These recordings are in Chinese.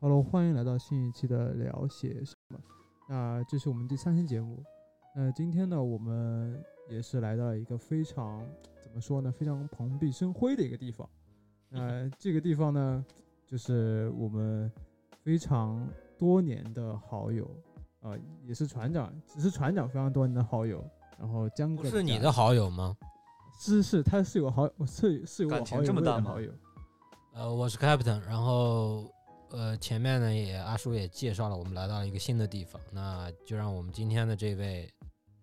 Hello，欢迎来到新一期的聊些什么。那这是我们第三期节目。那今天呢，我们也是来到了一个非常怎么说呢，非常蓬荜生辉的一个地方。那这个地方呢，就是我们非常多年的好友，呃，也是船长，只是船长非常多年的好友。然后江哥不是你家的好友吗？是是，他是有好，是是有我感好情友这么未来淡吗好友，呃，我是 Captain，然后呃，前面呢也阿叔也介绍了，我们来到了一个新的地方，那就让我们今天的这位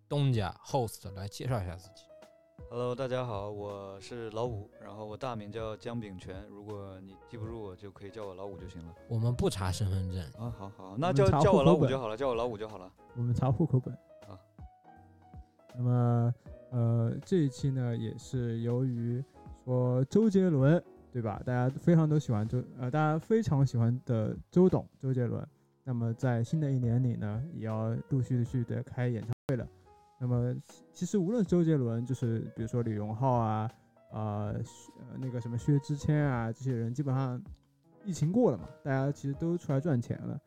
东家 host 来介绍一下自己。 Hello，大家好，我是老五，然后我大名叫江炳全，如果你记不住我，就可以叫我老五就行了。我们不查身份证，啊，好好，我那们叫查叫户我口老五本就好了，叫我老五就好了。我们查户口本啊。那么，呃，这一期呢，也是由于说周杰伦，对吧？大家非常都喜欢周，呃，大家非常喜欢的周董周杰伦。那么在新的一年里呢，也要陆续续的开演唱会了。那么其其实无论是周杰伦，就是比如说李荣浩啊，啊、薛呃那个什么薛之谦啊，这些人基本上疫情过了嘛，大家其实都出来赚钱了。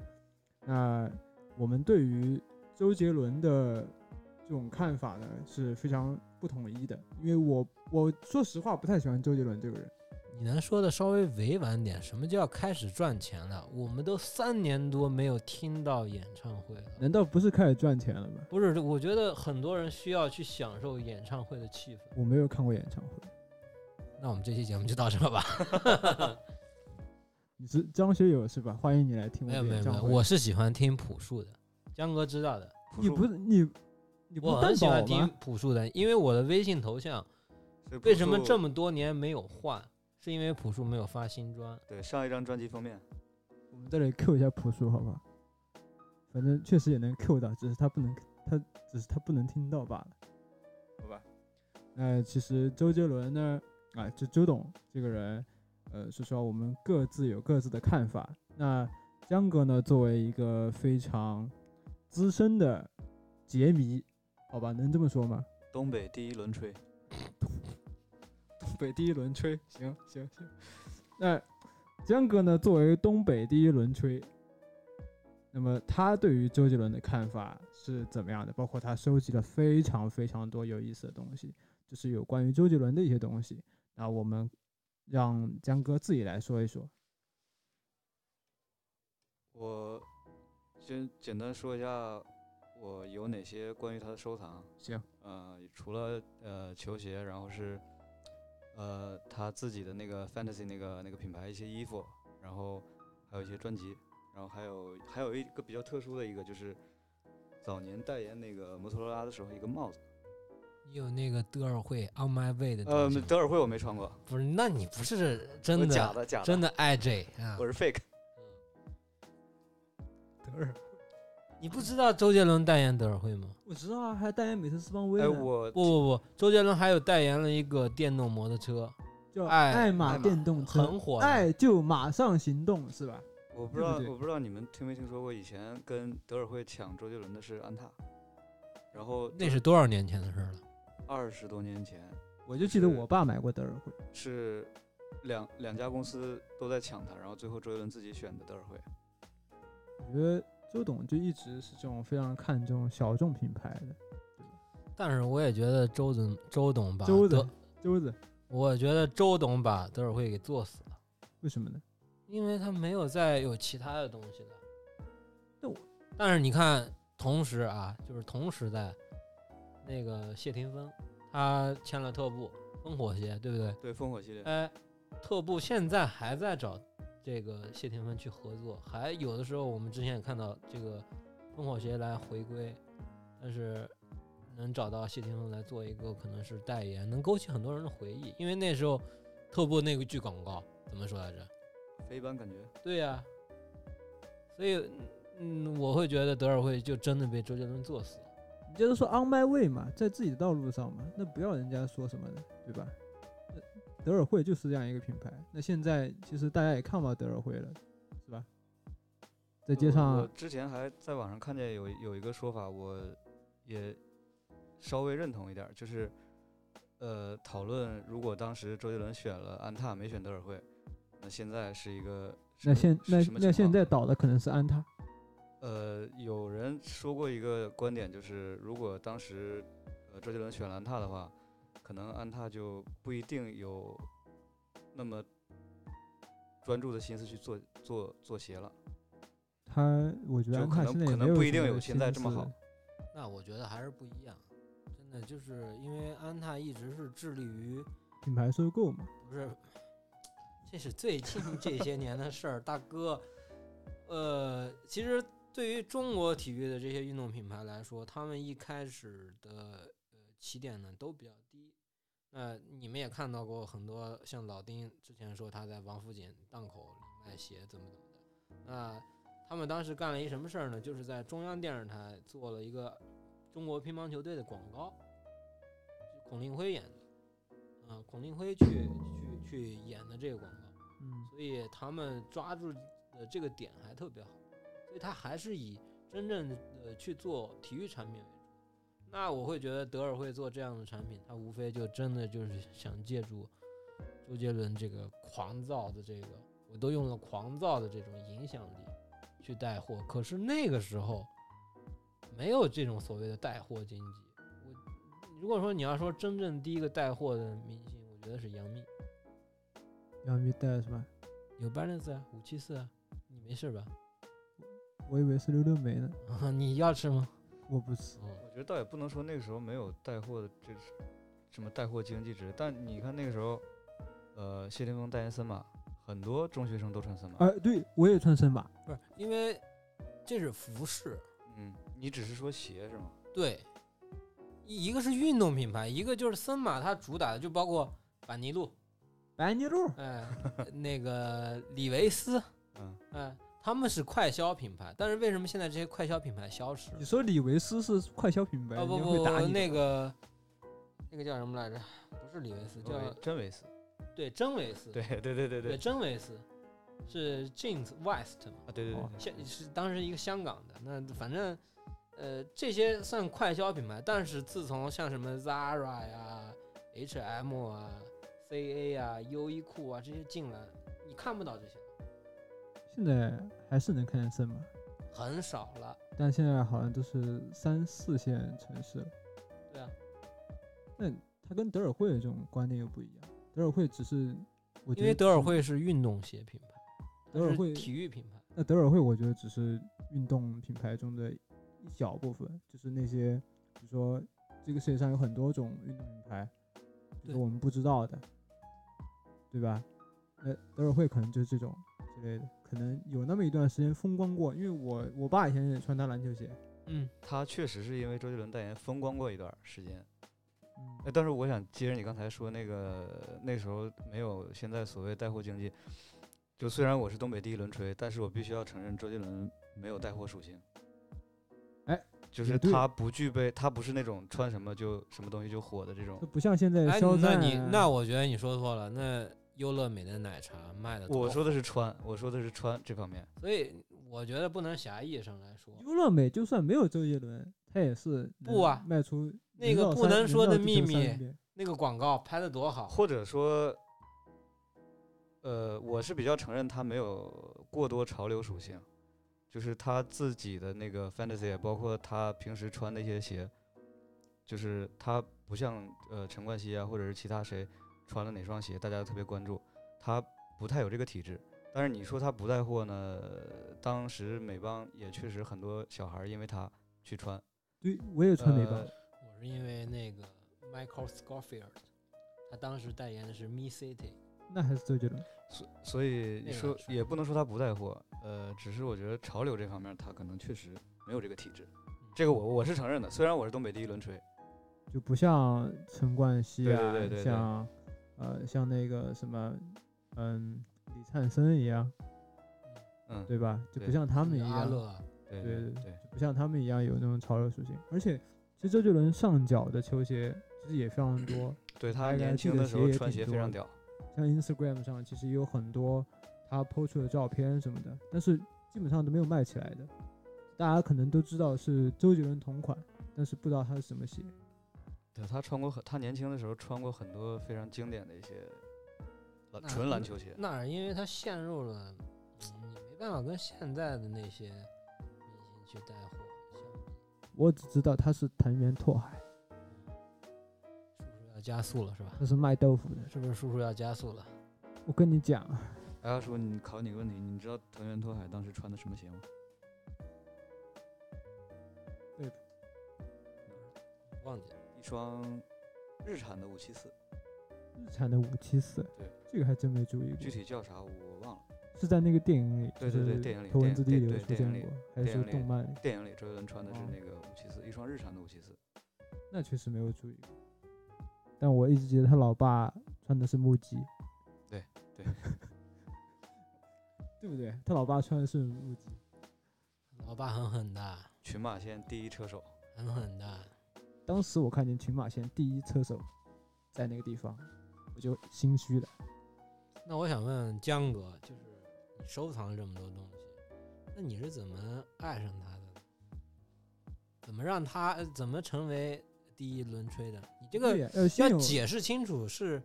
那我们对于周杰伦的这种看法呢是非常不统一的，因为我我说实话不太喜欢周杰伦这个人。你能说的稍微委婉点，什么叫开始赚钱了？我们都三年多没有听到演唱会了。难道不是开始赚钱了吗？不是，我觉得很多人需要去享受演唱会的气氛。我没有看过演唱会，那我们这期节目就到这吧。 你是张学友是吧？欢迎你来听我没的有没演有唱没会。有，我是喜欢听朴树的，江哥知道的。你不是你你不我是很担喜保欢吗？听朴树的，因为我的微信头像所以朴为什么树这么多年没有换，是因为朴树没有发新专。对上一张专辑封面？我们在这里 Q 一下朴树好不好？反正确实也能 Q 到，只是他不能他只是他不能听到罢了。好吧，那其实周杰伦呢，啊，就周董这个人，呃，是说我们各自有各自的看法。那江哥呢，作为一个非常资深的杰迷，好吧，能这么说吗？东北第一轮吹，东北第一轮吹，行行行。那江哥呢，作为东北第一轮吹，那么他对于周杰伦的看法是怎么样的？包括他收集了非常非常多有意思的东西，就是有关于周杰伦的一些东西。那我们让江哥自己来说一说。我先简单说一下我有哪些关于他的收藏。行，呃，除了呃球鞋，然后是呃他自己的那个 Fantasy 那个那个品牌一些衣服，然后还有一些专辑，然后还有还有一个比较特殊的一个就是早年代言那个摩托罗拉的时候一个帽子，你有那个德尔惠 On My Way 的呃头像吗德尔惠我没穿过，不是？那你不是真我的假的假的，真的爱 J 啊我？是 fake，德尔，你不知道周杰伦代言德尔惠吗？我知道啊，还代言美特斯邦威哎呢，我不不不，周杰伦还有代言了一个电动摩托车，叫爱哦爱玛爱玛电动车，哎很火的。爱就马上行动是吧？我不对知不道对我不知道你们听没听说过以前跟德尔惠抢周杰伦的是安踏，然后那是多少年前的事儿了？二十多年前。我就记得是我爸买过德尔惠，是两两家公司都在抢他，然后最后周杰伦自己选的德尔惠。我觉得周董就一直是这种非常看重小众品牌的。但是我也觉得周总周董把周德子，，周子，我觉得周董把德尔惠给做死了，为什么呢？因为他没有再有其他的东西了。那我但是你看，同时啊，就是同时代，那个谢霆锋，他签了特步、烽火鞋，对不对？对，烽火系列，呃哎，特步现在还在找这个谢霆锋去合作，还有的时候我们之前也看到这个烽火鞋来回归，但是能找到谢霆锋来做一个可能是代言，能勾起很多人的回忆，因为那时候特步那个剧广告怎么说来着？飞般感觉。对呀、所以嗯，我会觉得德尔惠就真的被周杰伦作死了。你就是说 on my way 嘛，在自己的道路上嘛，那不要人家说什么的，对吧？那德尔惠就是这样一个品牌。那现在其实大家也看不到德尔惠了，是吧？在街我我上，啊之前还在网上看见有有一个说法，我也稍微认同一点儿，就是呃，讨论如果当时周杰伦选了安踏没选德尔惠，那现在是一个什那么现是那什么那情现况啊在倒的可能是安踏，呃，有人说过一个观点，就是如果当时呃周杰伦选了安踏的话，可能安踏就不一定有那么专注的心思去做做做鞋了。他我觉得就安可踏能现在也可没能不一什定么有现在心这么思好那我觉得还是不一样，真的就是因为安踏一直是致力于品牌收购嘛，不是，这是最近这些年的事儿， 大哥。呃，其实对于中国体育的这些运动品牌来说，他们一开始的呃起点呢都比较低。那你们也看到过很多像老丁之前说他在王府井档口里卖鞋怎么怎么的，那他们当时干了一什么事儿呢？就是在中央电视台做了一个中国乒乓球队的广告，是孔令辉演的。啊，孔令辉去去去演的这个广告，嗯，所以他们抓住的这个点还特别好，所以他还是以真正的去做体育产品为主。那我会觉得德尔惠做这样的产品，他无非就真的就是想借助周杰伦这个狂躁的这个，我都用了狂躁的这种影响力去带货。可是那个时候没有这种所谓的带货经济，如果说你要说真正第一个带货的明星，我觉得是杨幂，杨幂带是吧？有 Balance 啊，五七四啊，你没事吧？ 我以为是刘六梅呢，你要吃吗？我不是，嗯，我觉得倒也不能说那个时候没有带货的这是什么带货经济之类，但你看那个时候，呃，谢霆锋代言森马，很多中学生都穿森马。哎，对我也穿森马，不是，因为这是服饰，嗯，你只是说鞋是吗？对，一一个是运动品牌，一个就是森马，它主打的就包括板尼路，白泥路，哎，那个李维斯，嗯，哎，他们是快消品牌，但是为什么现在这些快消品牌消失了？你说李维斯是快消品牌，哦人不家不会打不，你的。那个那个叫什么来着？不是李维斯，叫维真维斯。 对真维斯，对对对对对对，真维斯是 Jeans West 嘛，啊对对对哦对，现是当时一个香港的。那反正呃这些算快消品牌，但是自从像什么 Zara 呀、H&M 啊、CA 啊、优衣库啊这些进来，你看不到这些，现在还是能看见森马，很少了。但现在好像都是三四线城市了。对啊，那它跟德尔惠这种观点又不一样，德尔惠只是我觉得嗯因为德尔惠是运动鞋品牌，它德尔是惠体育品牌。那德尔惠，我觉得只是运动品牌中的一小部分，就是那些，比如说这个世界上有很多种运动品牌，就是对我们不知道的，对吧？那德尔惠可能就是这种之类的，可能有那么一段时间风光过，因为我我爸以前也穿他篮球鞋，嗯，他确实是因为周杰伦代言风光过一段儿时间。嗯，哎，但是我想接着你刚才说那个，那时候没有现在所谓带货经济。就虽然我是东北第一轮锤，但是我必须要承认周杰伦没有带货属性。哎，就也是对他不具备，他不是那种穿什么就什么东西就火的这种这。不像现在哎，肖那战你啊那我觉得你说错了，那。优乐美的奶茶卖的，我说的是穿，我说的是穿这方面。所以我觉得不能狭义上来说，优乐美就算没有周杰伦，他也是不能啊卖出那能个绕不三能说绕的地秘球三密十遍那个广告拍的多好，或者说，呃，我是比较承认他没有过多潮流属性，就是他自己的那个 fantasy，也包括他平时穿的一些鞋，就是他不像呃陈冠希啊，或者是其他谁穿了哪双鞋，大家都特别关注，他不太有这个体质。但是你说他不带货呢，当时美邦也确实很多小孩儿因为他去穿，对，我也穿美邦呃，我是因为那个 Michael Scofield，他当时代言的是 Me City，那还是周杰伦。所所以那个说是也不能说他不带货，呃，只是我觉得潮流这方面他可能确实没有这个体质，嗯这个我我是承认的。虽然我是东北第一轮锤，就不像陈冠希对啊，对对对对像呃像那个什么嗯李灿森一样，嗯，对吧？就对不像他们一阿样，就乐啊，对对对对不像他们一样有那种潮流属性。而且其实周杰伦上脚的球鞋其实也非常多，对他来来年去轻的的时鞋候也穿挺鞋非多常的屌，像 Instagram 上其实也有很多他抛出的照片什么的，但是基本上都没有卖起来的。大家可能都知道是周杰伦同款，但是不知道他是什么鞋。对他穿过很，他年轻的时候穿过很多非常经典的一些篮那纯篮球鞋。那儿因为他陷入了，嗯你没办法跟现在的那些明星去带货相比，我只知道他是藤原拓海，叔叔要加速了是吧？他是卖豆腐的。是不是叔叔要加速了？我跟你讲，啊哎，阿叔，你考你个问题，你知道藤原拓海当时穿的什么鞋吗？忘记了，一双日产的五七四，日产的五七四对，这个还真没注意过具，体叫啥我忘了。是在那个电影里，对就对对是电影里头文电字 D 电里有对出电现影里过，还电是影里动漫里，电影里周杰伦穿的是哦那个五七四，一双日产的五七四。那确实没有注意过。但我一直觉得他老爸穿的是木屐，对对， 对不对？他老爸穿的是木屐，老爸很狠的，群马县第一车手，很狠的。当时我看见群马县第一车手在那个地方，我就心虚了。那我想问江哥，就是你收藏了这么多东西，那你是怎么爱上他的呢？怎么让他呃怎么成为第一轮吹的？你这对个呀要先要有解释清楚是，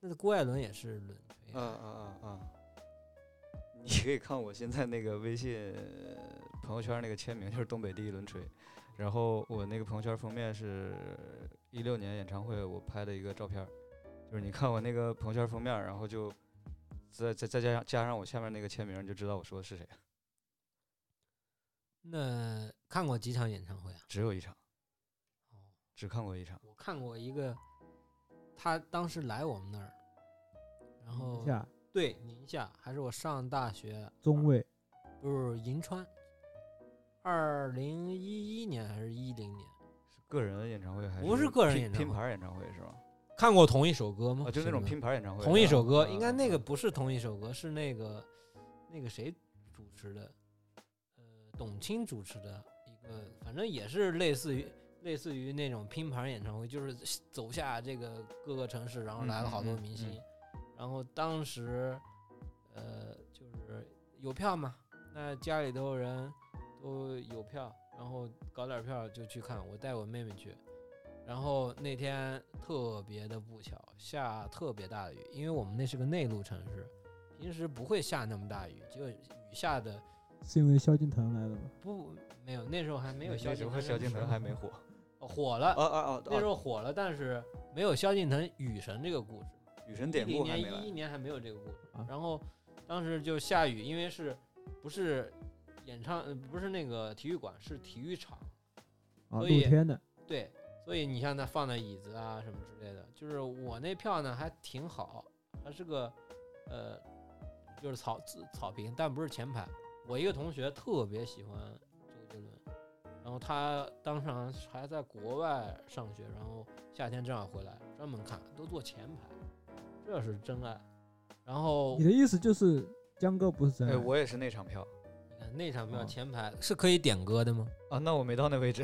那郭艾伦也是轮吹啊啊，啊啊啊！你可以看我现在那个微信朋友圈那个签名，就是东北第一轮锤。然后我那个朋友圈封面是一六年演唱会我拍的一个照片儿，就是你看我那个朋友圈封面儿，然后就再再再加上加上我下面那个签名儿，你就知道我说的是谁了。那看过几场演唱会啊？只有一场，哦，只看过一场。我看过一个，他当时来我们那儿，然后哦一下对宁夏，还是我上大学，中卫，不是银川，二零一一年还是一零年，是个人演唱会还是不是个人拼演唱拼会盘儿演唱会是吧？看过同一首歌吗？啊，就那种是吗拼盘儿演唱会。同一是吧首歌，啊应该那啊个啊不是同一首歌，是那个那个谁主持的，呃，董卿主持的一个，反正也是类似于类似于那种拼盘演唱会，就是走下这个各个城市，然后来了好多嗯嗯嗯明嗯星，然后当时呃就是有票嘛，那家里头人都有票，然后搞点票就去看，我带我妹妹去。然后那天特别的不巧，下特别大的雨，因为我们那是个内陆城市，平时不会下那么大雨，结果雨下的是因为萧敬腾来了吗？不没有，那时候还没有那萧时敬候腾，萧敬腾还没火。哦火啊了，啊啊！那时啊候火了，但是没有萧敬腾雨神这个故事，雨神一典零故还年没来一一。年还没有这个故事啊。然后当时就下雨，因为是不是演唱呃不是那个体育馆，是体育场，啊，所露以天的，对，所以你像那放的椅子啊什么之类的，就是我那票呢还挺好，还是个呃，就是草自草坪，但不是前排。我一个同学特别喜欢周杰伦，然后他当时好像还在国外上学，然后夏天正好回来，专门看，都坐前排，这是真爱。然后你的意思就是江哥不是真哦哎，爱？我也是那场票你看那场票哦前排嗯是可以点歌的吗？啊，那我没到那位置，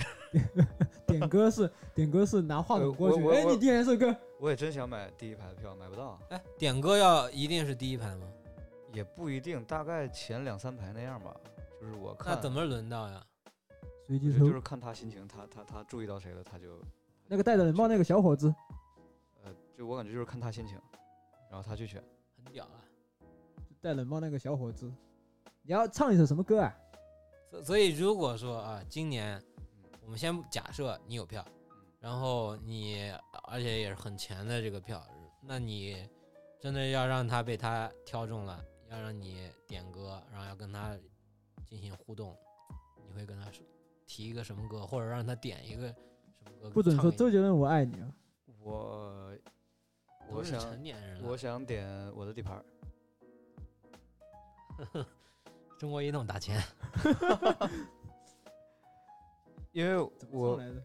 点歌是 点歌是拿话呃筒过我去，我哎，我你点一首歌， 我也真想买第一排的票，买不到，哎，点歌要一定是第一排吗？也不一定，大概前两三排那样吧。就是我看，那怎么轮到呀？随就机抽就。是看他心情，他他他注意到谁了，他就那个戴着礼帽那个小伙子，呃，就我感觉就是看他心情，然后他去选。很屌啊！戴冷帽那个小伙子，你要唱一首什么歌啊？所所以如果说啊，今年我们先假设你有票，嗯然后你而且也是很钱的这个票，那你真的要让他被他挑中了，要让你点歌，然后要跟他进行互动，你会跟他说提一个什么歌，或者让他点一个什么歌？不准唱说给周杰伦我爱你啊！我你我都是想成年人我了，想点我的地盘儿，中国移动打钱，因为怎么唱我来着？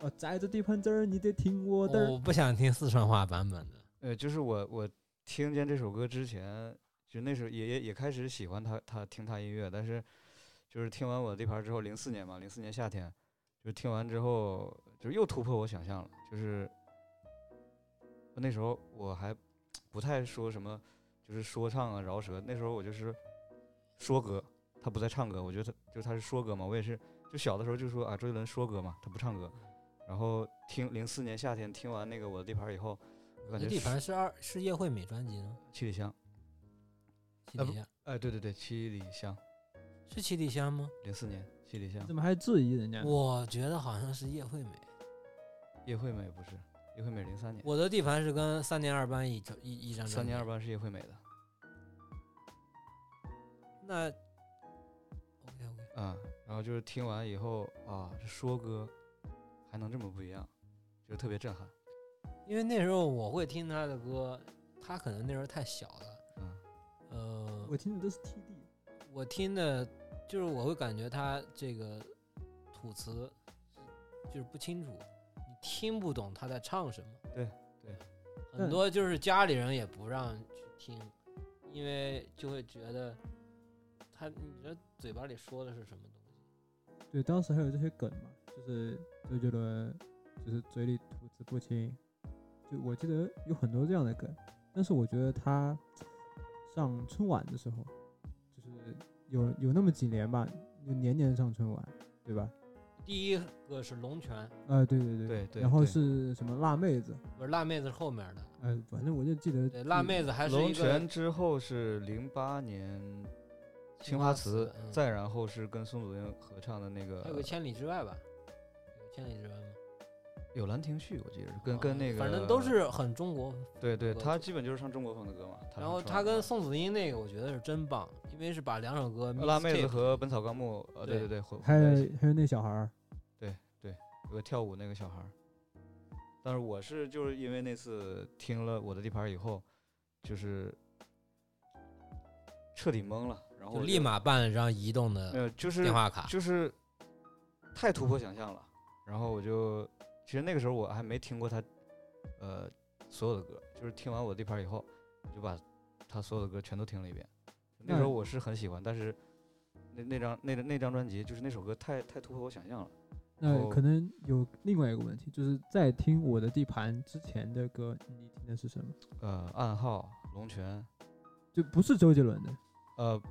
哦，宅着地盘汁儿，你得听我的。我不想听四川话版本的。呃，就是我我听见这首歌之前，就那时候也也也开始喜欢他，他听他音乐，但是就是听完我这盘儿之后，零四年嘛，零四年夏天，就听完之后，就又突破我想象了，就是那时候我还不太说什么，就是说唱啊、饶舌，那时候我就是说歌，他不在唱歌，我觉得他就他是说歌嘛，我也是，就小的时候就说啊，周杰伦说歌嘛，他不唱歌，然后听零四年夏天听完那个我的地盘儿以后。我感那觉地是盘是二是叶惠美专辑呢？七里香，七呃里不香哎，对对对，七里香，是七里香吗？零四年七里香，怎么还质疑人家？我觉得好像是叶惠美。叶惠美不是，叶惠美零三年，我的地盘是跟三年二班一张一一张专辑。三年二班是叶惠美的，那 OK OK，啊、然后就是听完以后啊，这说歌还能这么不一样，就是特别震撼，因为那时候我会听他的歌，他可能那时候太小了。嗯，呃，我听的都是 TD，我听的，就是我会感觉他这个吐词就是不清楚，你听不懂他在唱什么。对对，很多就是家里人也不让去听，因为就会觉得他你这嘴巴里说的是什么东西。对，当时还有这些梗嘛，就是周杰伦，就是嘴里吐字不清，就我记得有很多这样的梗，但是我觉得他上春晚的时候，就是有有那么几年吧，就年年上春晚，对吧？第一个是龙泉，呃，对对对，对对。然后对是什么辣妹子，不是辣妹子是后面的，呃，反正我就记得对，辣妹子还是龙一个泉之后是零八年青花花瓷，嗯再然后是跟宋祖英合唱的那个还有个千里之外吧，有千里之外吗？有兰亭序，我记得是跟啊跟那个反正都是很中国对对，歌他曲基本就是唱中国风的歌嘛。然后他他唱跟的呃宋祖英那个，我觉得是真棒，因为是把两首歌辣妹子 mixtape 和本草纲目，呃，对对对对，哦混还混在一有起。还有那小孩儿，有个跳舞那个小孩儿，但是我是就是因为那次听了我的地盘儿以后，就是彻底懵了，然后就我立就马办了张移动没的有，就是电话卡，就是太突破想象了。然后我就其实那个时候我还没听过他呃所有的歌，就是听完我地盘以后，就把他所有的歌全都听了一遍。那时候我是很喜欢，但是那那张那那张专辑就是那首歌太太突破我想象了。那哦可能有另外一个问题，就是在听我的地盘之前的歌，你听的是什么？呃，暗号龙泉，就不是周杰伦的。呃，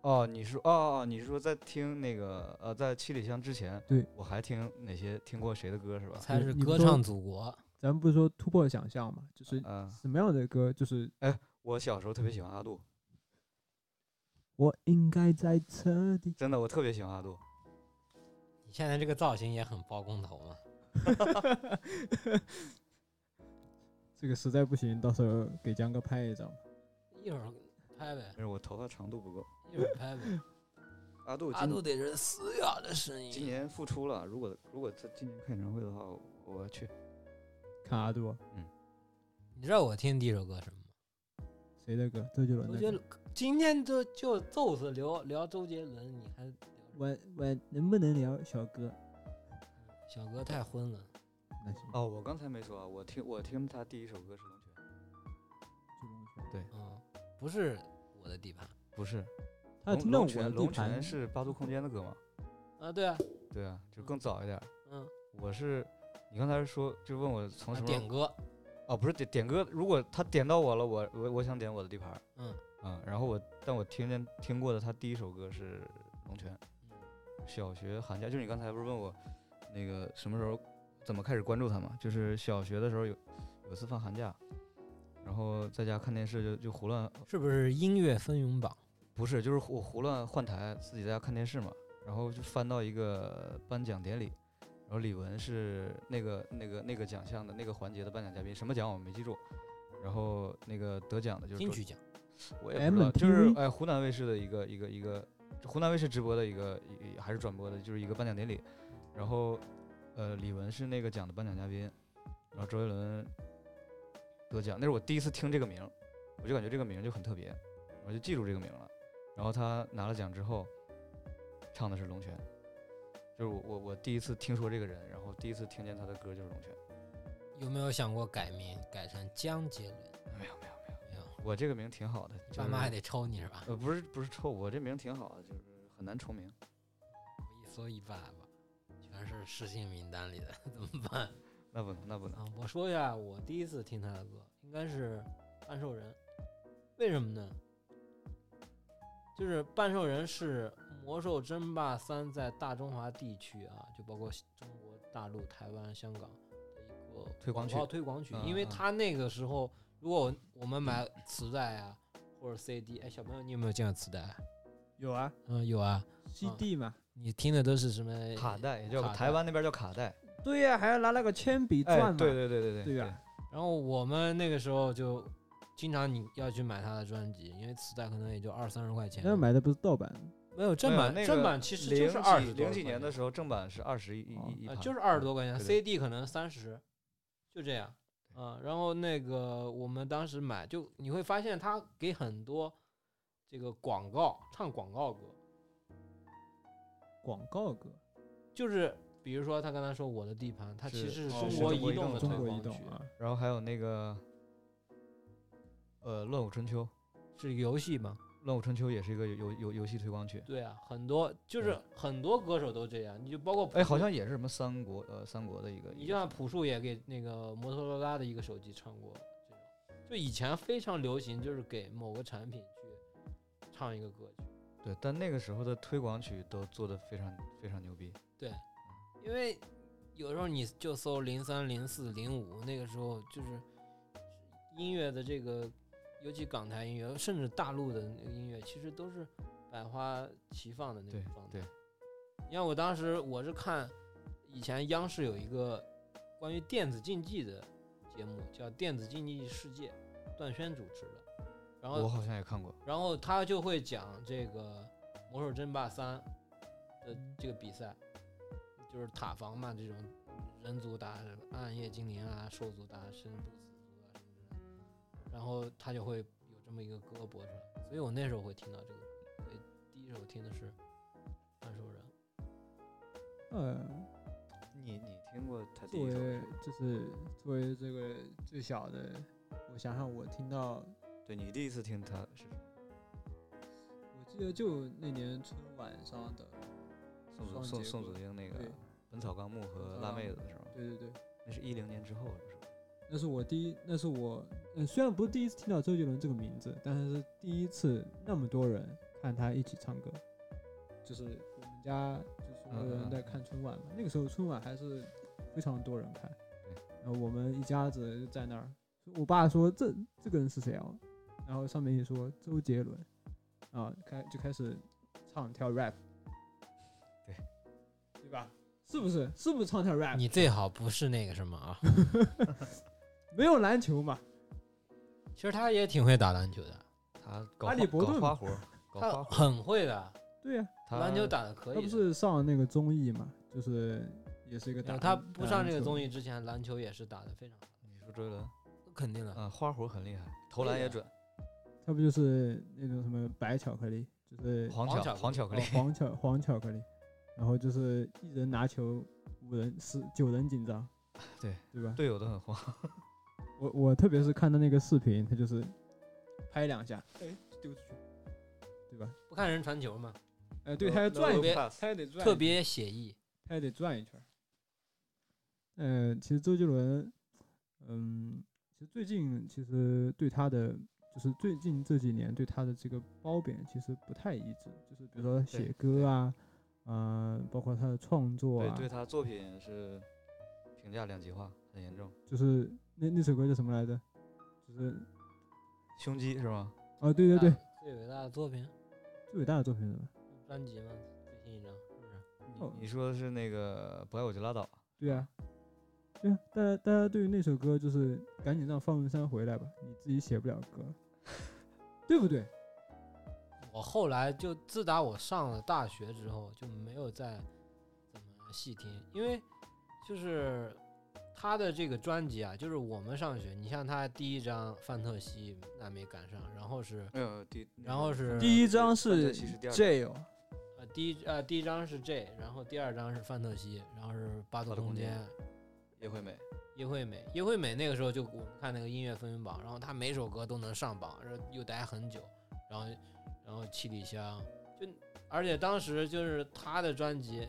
哦，你说哦哦，你是说在听那个呃，在七里香之前，对我还听哪些听过谁的歌是吧？才你是你不歌都唱祖国。咱们不是说突破想象嘛，就是嗯、呃，什么样的歌，就是我小时候特别喜欢阿杜，我应该在车底。真的我特别喜欢阿杜。你现在这个造型也很包工头嘛，这个实在不行，到时候给江哥拍一张。一会儿拍呗，但是我头发长度不够。一会儿拍 呗。阿杜今阿杜得是嘶哑的声今音，年复出了，如果如果他今年开演唱会的话，我我去。看阿杜啊你知道我听第一首歌什么吗？谁的歌？周杰伦周的杰歌伦。，今天就就揍死聊聊周杰伦，你还我我能不能聊小哥？小哥太昏了。那行，哦，我刚才没说啊，我听我听他第一首歌是《龙泉》，就龙泉。嗯，不是我的地盘不是他龙听到我龙的泉，地龙泉盘是八度空间的歌嘛？啊，对啊，对啊，就更早一点儿。嗯，我是你刚才是说就问我从啊什么时点候？歌，哦，不是点点歌，如果他点到我了，我我我想点我的地盘儿嗯啊、然后我但我听见听过的他第一首歌是《龙泉》。嗯。小学寒假，就是你刚才不是问我那个什么时候怎么开始关注他嘛？就是小学的时候有有一次放寒假，然后在家看电视就就胡乱，是不是音乐风云榜？不是就是我胡乱换台，自己在家看电视嘛，然后就翻到一个颁奖典礼，然后李玟是那个那个那个奖项的那个环节的颁奖嘉宾，什么奖我没记住，然后那个得奖的就是金周曲奖，我也不知道，就是 MTV 哎，湖南卫视的一个一个一个，湖南卫视直播的一个一还是转播的，就是一个颁奖典礼，然后呃，李玟是那个奖的颁奖嘉宾，然后周杰伦得奖，那是我第一次听这个名儿，我就感觉这个名儿就很特别，我就记住这个名儿了。然后他拿了奖之后，唱的是《龙泉》，就是我我我第一次听说这个人，然后第一次听见他的歌就是《龙泉有没有想过改名改成江杰伦？》，没有没有没有，没有，我这个名儿挺好的，就爸妈还是得抽你是吧？呃不是不是臭，我这名儿挺好的，就是很难重名。我一搜一爸爸，全是失信名单里的，怎么办？那不能，那不能。啊，我说一下我第一次听他的歌，应该是《半兽人》，为什么呢？就是《半兽人》是《魔兽争霸三》在大中华地区啊，就包括中国大陆、台湾、香港的一呃推广曲广告推广曲，因为嗯嗯他那个时候，如果我我们买磁带啊或者 CD，哎，小朋友你有没有见过磁带啊？有啊嗯，有啊， ，CD 嘛，你听的都是什么卡带，也叫卡带台湾那边叫卡带，对呀、还要拿那个铅笔哎转嘛，，对对对对对对呀、然后我们那个时候就经常你要去买他的专辑，因为磁带可能也就二三十块钱。那买的不是盗版，没有正没有版，那正个版其实就零是几二十零几年的时时候，正版是二十一一候，一盘，呃就是二十多块钱对对，CD 可能三十，就这样。啊，然后那个我们当时买，就你会发现他给很多这个广告唱广告歌，广告歌，就是比如说他刚才说我的地盘，它其是实是哦中是国中移国移动的动的推中国移广动曲，啊，然后还有那个，呃，《乱舞春秋》，《是游戏嘛？乱舞春秋》也是一个游游游游戏推广曲。对啊，很多就是很多歌手都这样，你就包括哎，好像也是什么三国，呃，三国的一个。你一就个像朴树也给那个摩托罗拉的一个手机唱过这种，就以前非常流行，就是给某个产品去唱一个歌曲。对，但那个时候的推广曲都做的非常非常牛逼。对，因为有时候你就搜零三、零四、零五，那个时候就是音乐的这个，尤其港台音乐，甚至大陆的那个音乐，其实都是百花齐放的那种对状态。对，你看我当时我是看以前央视有一个关于电子竞技的节目，叫《电子竞技世界》，段轩主持的。然我后，好像也看过。然后他就会讲这个《魔兽争霸三》的这个比赛，就是塔防嘛，这种人族打暗夜精灵啊，兽族打生不死族啊什么之类的。然后他就会有这么一个歌播出来，所以我那时候会听到这个歌。所以第一首听的是《半兽人》。呃，你你听过他第作一首？为就是作为这个最小的，我想想，我听到，对你第一次听他是什么我记得就那年春晚上的，宋祖双宋截宋棍祖英那个对啊《本草纲目》和本《草辣纲妹目子》是吗？对对对，那是一零年之后是吧？那是我第一，那是我，嗯，虽然不是第一次听到周杰伦这个名字，但是是第一次那么多人看他一起唱歌，就是我们家就所有嗯嗯人在嗯看春晚嘛，那个时候春晚还是非常多人看对，然后我们一家子就在那儿，我爸说这这个人是谁啊？然后上面一说周杰伦，啊，开就开始唱跳 rap，对，对吧？是不是？是不是唱跳 rap？你最好不是那个什么啊，没有篮球嘛？其实他也挺会打篮球的，他搞哈花利伯搞顿花嘛活儿，搞他花活儿。很会的，对呀、他篮球打的可他不以的。是上了那个综艺嘛，就是也是一个没打有他不上这个综艺，之前，篮球也是打的非常好，你说周杰伦肯定的。啊，花活儿很厉害，投对篮也呀准，他不就是那种什么白巧克力，就是黄黄巧巧黄巧克哦力，黄巧黄巧克力，然后就是一人拿球，五人十九人紧张，对 对吧？队友都很慌。我我特别是看到那个视频，他就是拍两下，哎，丢出去，对吧？不看人传球嘛，哎，对， No- 他要 no 转一别圈， pass 他也得转，特别写意。他也得转一圈。嗯，其实周杰伦，嗯，其实最近其实对他的，就是最近这几年对他的这个褒贬其实不太一致，就是比如说写歌啊，嗯、包括他的创作对，啊，对他作品是评价两极化很严重，就是那那首歌叫什么来着？就是胸肌是吗？哦，对对对，，最伟大的作品最伟大的作品是什么？专辑嘛，最新一张是不是？你哦你说的是那个不爱我就拉倒，对啊，对啊，大家大家对于那首歌就是赶紧让方文山回来吧，你自己写不了歌， 对不对？我后来就自打我上了大学之后，就没有再怎么细听，因为就是他的这个专辑啊，就是我们上学，你像他第一张《范特西》那没赶上，然后是没有第，然后嗯是第一张范特是西是第二张 J 哦，呃第一呃第一张是 J，然后第二张是《范特西》，然后是《八度八度空空间间》。叶惠美，叶惠美，叶惠美那个时候就我们看那个音乐风云榜，然后她每首歌都能上榜，然后又待很久，然后然后七里香，就而且当时就是她的专辑，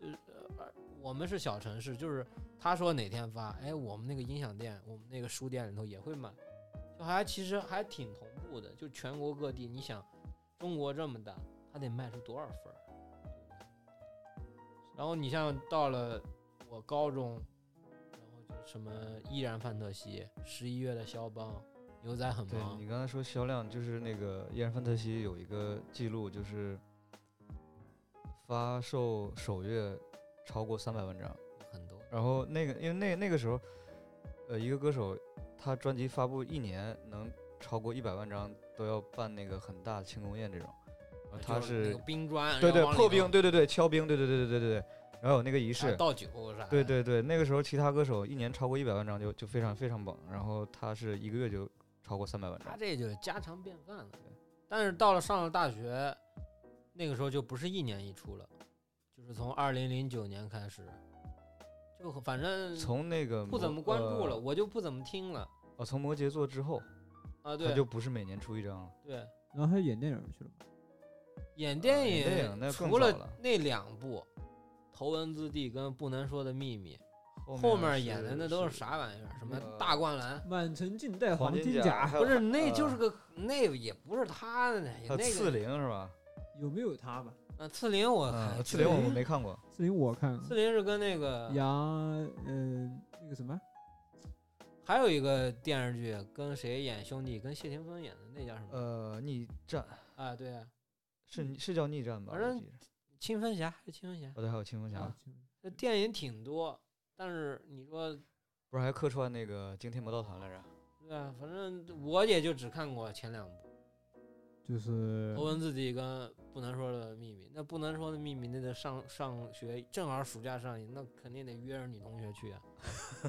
就是呃而我们是小城市，就是她说哪天发，哎，我们那个音响店，我们那个书店里头也会卖，就还其实还挺同步的，就全国各地，你想中国这么大，她得卖出多少份儿？然后你像到了我高中，然后就是什么依然范特西、十一月的肖邦、牛仔很对忙你，刚才说销量，就是那个《依然范特西》有一个记录，就是发售首月超过三百万张。很多然后那个，因为那那个时候，呃，一个歌手他专辑发布一年能超过一百万张，都要办那个很大的庆功宴这种。然后就啊他是那是个冰砖，对然后对往里破冰，头对对对敲冰，对对对对对对对，然后有那个仪还式。倒酒啥的，对对对，那个时候其他歌手一年超过一百万张就就非常非常猛，然后他是一个月就超过三百万张他。这就是家常便饭了。但是到了上了大学，那个时候就不是一年一出了，就是从二零零九年开始，就很反正从那个不怎摩么关注了，呃我就不怎么听了哦，从摩羯座之后，啊。他对就不是每年出一张了。对，然后他演电影去了嘛，演电啊演电影那更除早了了那两部《头文字 D》跟《不能说的秘密》，后后面是演的那都是是啥玩意儿？什么呃大灌篮？满城尽带黄黄金金甲甲，还有 不是，还那就是呃个那也不是他的，还有那刺个陵是吧？有没有他吧？啊，刺陵我还嗯，刺觉陵得我们没看过。四零我看刺过，陵是啊跟那个杨嗯、那个什么还有一个电视剧跟谁演兄弟，跟谢霆锋演的那叫什么？呃，逆战啊，对啊，是逆是叫逆战吧？反我正嗯记着青蜂侠还是青蜂侠哦，，对，还有青蜂侠啊，，就这电影挺多，但是你说不是还客串那个惊天魔盗团来着？对啊，反正我也就只看过前两部就是《头文字 D》跟《不能说的秘密》。那《不能说的秘密》那得上上学，正好暑假上映，那肯定得约着女同学去啊，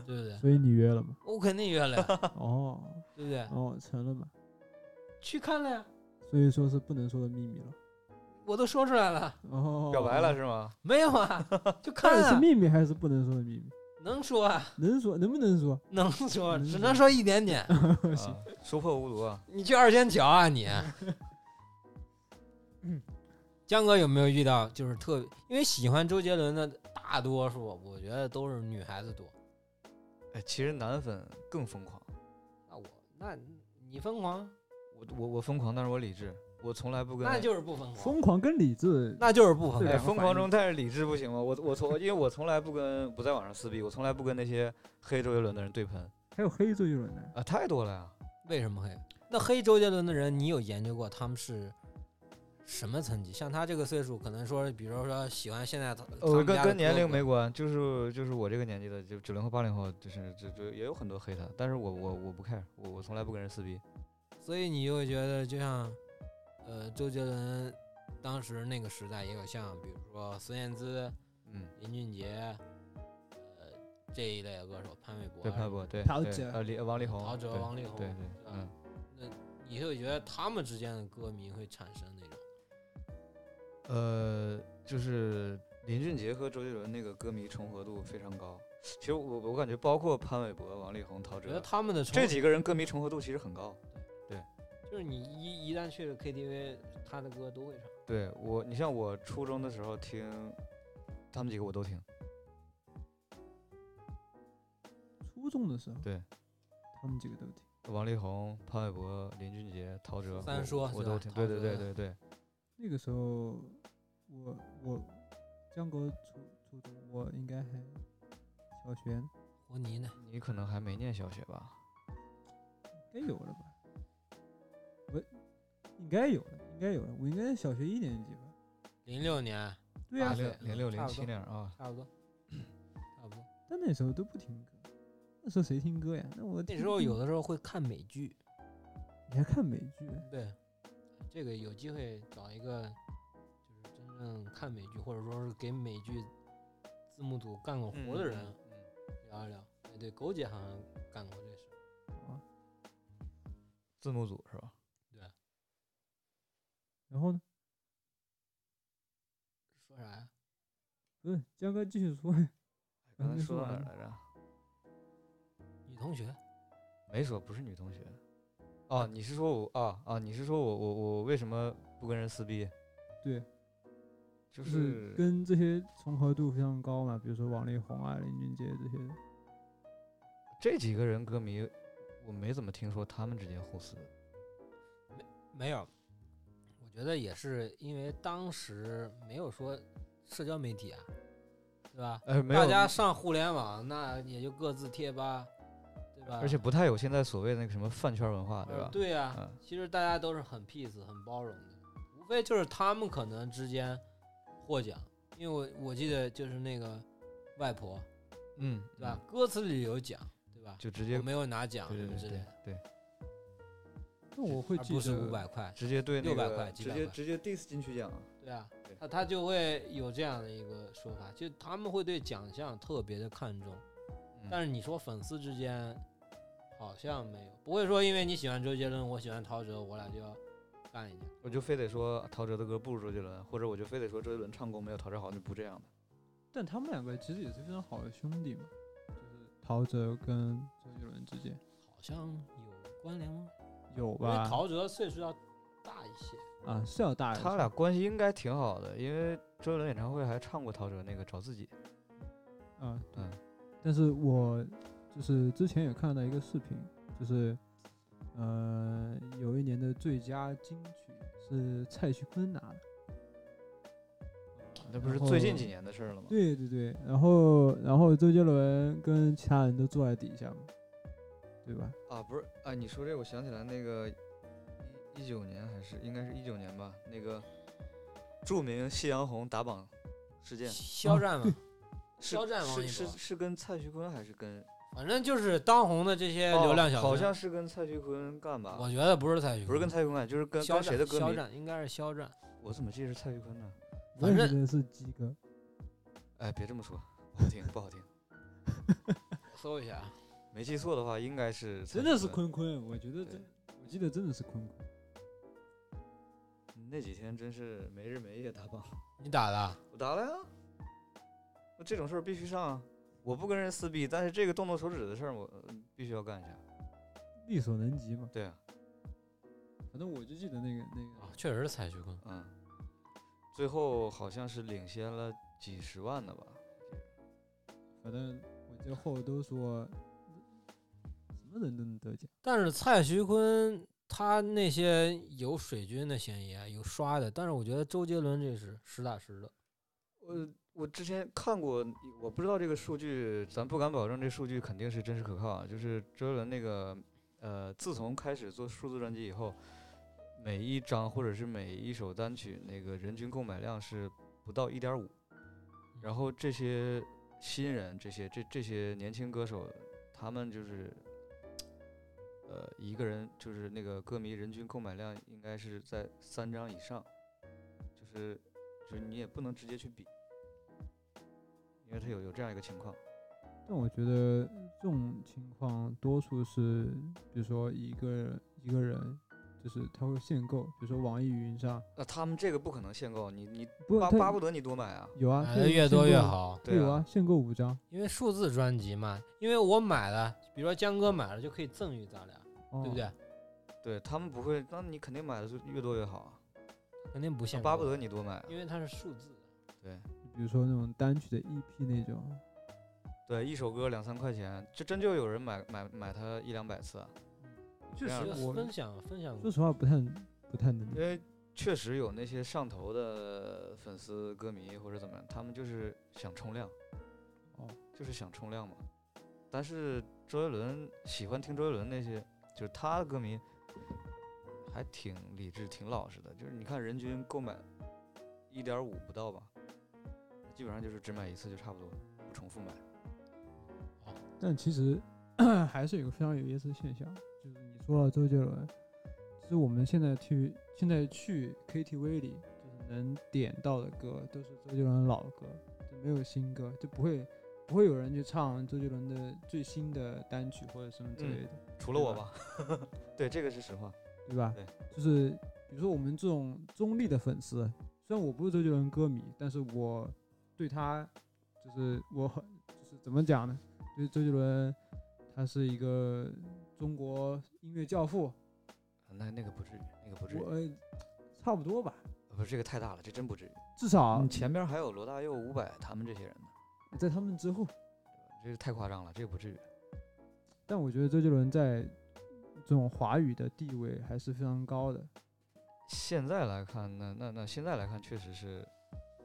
对不对？所以你约 了吗？我肯定约了呀，哦对不对？哦成了嘛，去看了呀，所以说是不能说的秘密了。我都说出来了，哦，表白了是 吗？没有啊，就到看底是啊，秘密还是不能说的秘密？能说啊，能说能不能说？能说，只能能说一点点。啊说破无毒啊！你去二仙桥啊你？ 江哥有没有遇到就是特别，因为喜欢周杰伦的大多数，我觉得都是女孩子多。哎，其实男粉更疯狂，那我那你疯狂，啊我我我疯狂，但是我理智，我从来不跟那就是不疯狂，疯狂跟理智那就是不疯对哎，两个狂。疯反狂应中带着理智不行吗？我我从因为我从来不跟不在网上撕逼，我从来不跟那些黑周杰伦的人对喷还有黑周杰伦呢？啊，太多了呀。为什么黑？那黑周杰伦的人，你有研究过他们是什么层级？像他这个岁数，可能说，比如说喜欢现在他，他呃，们跟家的跟年哥龄哥没关，就是就是我这个年纪的，就九零后、八零后，就是就就也有很多黑他，但是我我我不 care，我我从来不跟人撕逼。所以你就会觉得，就像，呃，周杰伦当时那个时代也有像，比如说孙燕姿、嗯，林俊杰，呃这一类的歌手，潘玮柏啊什么的，对潘玮柏，对陶对喆呃李王力宏，陶喆对王力宏对对，吧嗯，你会觉得他们之间的歌迷会产生那种，呃，就是林俊杰和周杰伦那个歌迷重合度非常高。其实我我感觉包括潘玮柏、王力宏、陶我觉得喆他们的重这几个人歌迷重合度其实很高。就是你一一旦去了 KTV，他的歌都会唱。对我，你像我初中的时候听，他们几个我都听。初中的时候，对，他们几个都听。王力宏、潘玮柏、林俊杰、陶喆，三我说我是都吧听。陶对对对喆对对，那个时候，我我江哥初初中，我应该还小学，应和泥呢？你可能还没念小学 吧？该有了吧？我应该有了，应该有了。我应该小学一年级吧？零六年，对呀、八零岁六零差六零不七多年啊，差不多，差不多。但那时候都不听歌，那时候谁听歌呀？那我那听时候有听的时候会看美剧，你还看美剧？对，这个有机会找一个就是真正看美剧，或者说是给美剧字幕组干过活的人嗯嗯聊一聊。哎，对，狗姐好像干过这事。啊，字幕组是吧？对，然后呢？说啥呀？不是江哥继续说，刚嗯 才没说说到哪完儿呢来着？女同学，没说，不是女同学。哦，你是说我啊啊？你是说我我我为什么不跟人撕逼？对，就就是是跟这些重合度非常高嘛，比如说王力宏啊、林俊杰这些。这几个人歌迷，我没怎么听说他们之间互撕。没有，我觉得也是因为当时没有说社交媒体啊，对吧？呃，没有大，家上互联网，那也就各自贴吧，对吧？而且不太有现在所谓的那个什么饭圈文化，对呃吧？啊对呀、嗯其实大家都是很 peace、很包容的，无非就是他们可能之间获奖，因为我我记得就是那个外婆，嗯，对吧？嗯？歌词里有讲，对吧？就直接我没有拿奖对什对么对之类对的，对，那我会而记不是得五百块，直接对那600个块直700接块直接 diss 进去讲，对啊对，他他就会有这样的一个说法，就他们会对奖项特别的看重，嗯但是你说粉丝之间好像没有，不会说因为你喜欢周杰伦，我喜欢陶喆，我俩就要干一架。我就非得说陶喆的歌不如周杰伦，或者我就非得说周杰伦唱功没有陶喆好，就不这样的。但他们两个其实也是非常好的兄弟嘛，就是陶喆跟周杰伦之间好像有关联吗？有因为吧？陶喆岁数要大一些，啊，是要大一些他俩关系应该挺好的，因为周杰伦演唱会还唱过陶喆那个《找自己》。啊，对嗯。但是我就是之前也看到一个视频，就是呃，有一年的最佳金曲是蔡徐坤拿的。那不是然最近后几年的事儿了吗？对对对，然后然后周杰伦跟其他人都坐在底下嘛，对吧？啊，不是，啊，你说这，我想起来那个一一九年还是应该是一九年吧，那个著名夕阳红打榜事件，肖 战嘛，是肖战王是一是博是跟蔡徐坤还是跟反正就是当红的这些哦流量小生，好像是跟蔡徐坤干吧？我觉得不是蔡徐坤，不是跟蔡徐坤干，啊就是跟肖跟谁战，的歌肖迷？战应该是肖战，我怎么记得是蔡徐坤呢？我也反正觉得是鸡哥，哎，别这么说，不好听，不好听。我搜一下啊，没记错的话，应该是蔡真徐的是坤。坤坤，我觉得真，我记得真的是坤坤。那几天真是没日没夜打榜，你打的啊？我打了呀。我这种事儿必须上啊！我不跟人撕逼，但是这个动动手指的事儿，我呃必须要干一下。力所能及嘛，啊对啊，反正我就记得那个那个，哦确实是蔡徐坤，嗯，最后好像是领先了几十万的吧？反正我记得后都说，什么人都能得奖。但是蔡徐坤他那些有水军的嫌疑啊，有刷的，但是我觉得周杰伦这是实打实的，我呃我之前看过，我不知道这个数据，咱不敢保证这数据肯定是真实可靠啊。就是周杰伦那个，呃，自从开始做数字专辑以后，每一张或者是每一首单曲那个人均购买量是不到一点五，然后这些新人，这些这这些年轻歌手，他们就是，呃，一个人就是那个歌迷人均购买量应该是在三张以上，就是就是你也不能直接去比，因为他有有这样一个情况。但我觉得这种情况多数是，比如说一个一个人，就是他会限购，比如说网易云上，那、他们这个不可能限购，你你不巴他巴不得你多买啊。有啊，买他的有哎越限多越购，好，他有对啊啊，限购五张因为数字专辑嘛，因为我买了，比如说江哥买了就可以赠予咱俩，哦对不对？对他们不会，那你肯定买的就越多越好啊，肯定不限，巴不得，你多买啊。因为它是数字的。对比如说那种单曲的 EP 那种，嗯对，一首歌两三块钱，这真就有人买买买它一两百次啊。确这样这实个我分享分享，说实话不太不太能理因解。为确实有那些上头的粉丝、歌迷或者怎么样，他们就是想冲量，哦，就是想冲量嘛。但是周杰伦喜欢听周杰伦那些，就是他的歌迷还挺理智、挺老实的，就是你看人均购买一点五不到吧，基本上就是只买一次就差不多，不重复买。但其实 还是有个非常有意思的现象，就是你说到周杰伦，其实我们现在去现在去 KTV 里，就是能点到的歌都是周杰伦的老歌，就没有新歌，就不会不会有人去唱周杰伦的最新的单曲或者什么之类的，除了我对吧， 对，这个是实话。对吧？对就是比如说我们这种中立的粉丝，虽然我不是周杰伦歌迷，但是我对他就是我很就是怎么讲呢？就是周杰伦他是一个中国音乐教父，那那个不至于，那个不至于我，呃差不多吧，不是这个太大了，这真不至于。至少啊你前边还有罗大佑、伍佰他们这些人呢，在他们之后。这个太夸张了，这个不至于。但我觉得周杰伦在这种华语的地位还是非常高的。现在来看，那那那现在来看，确实是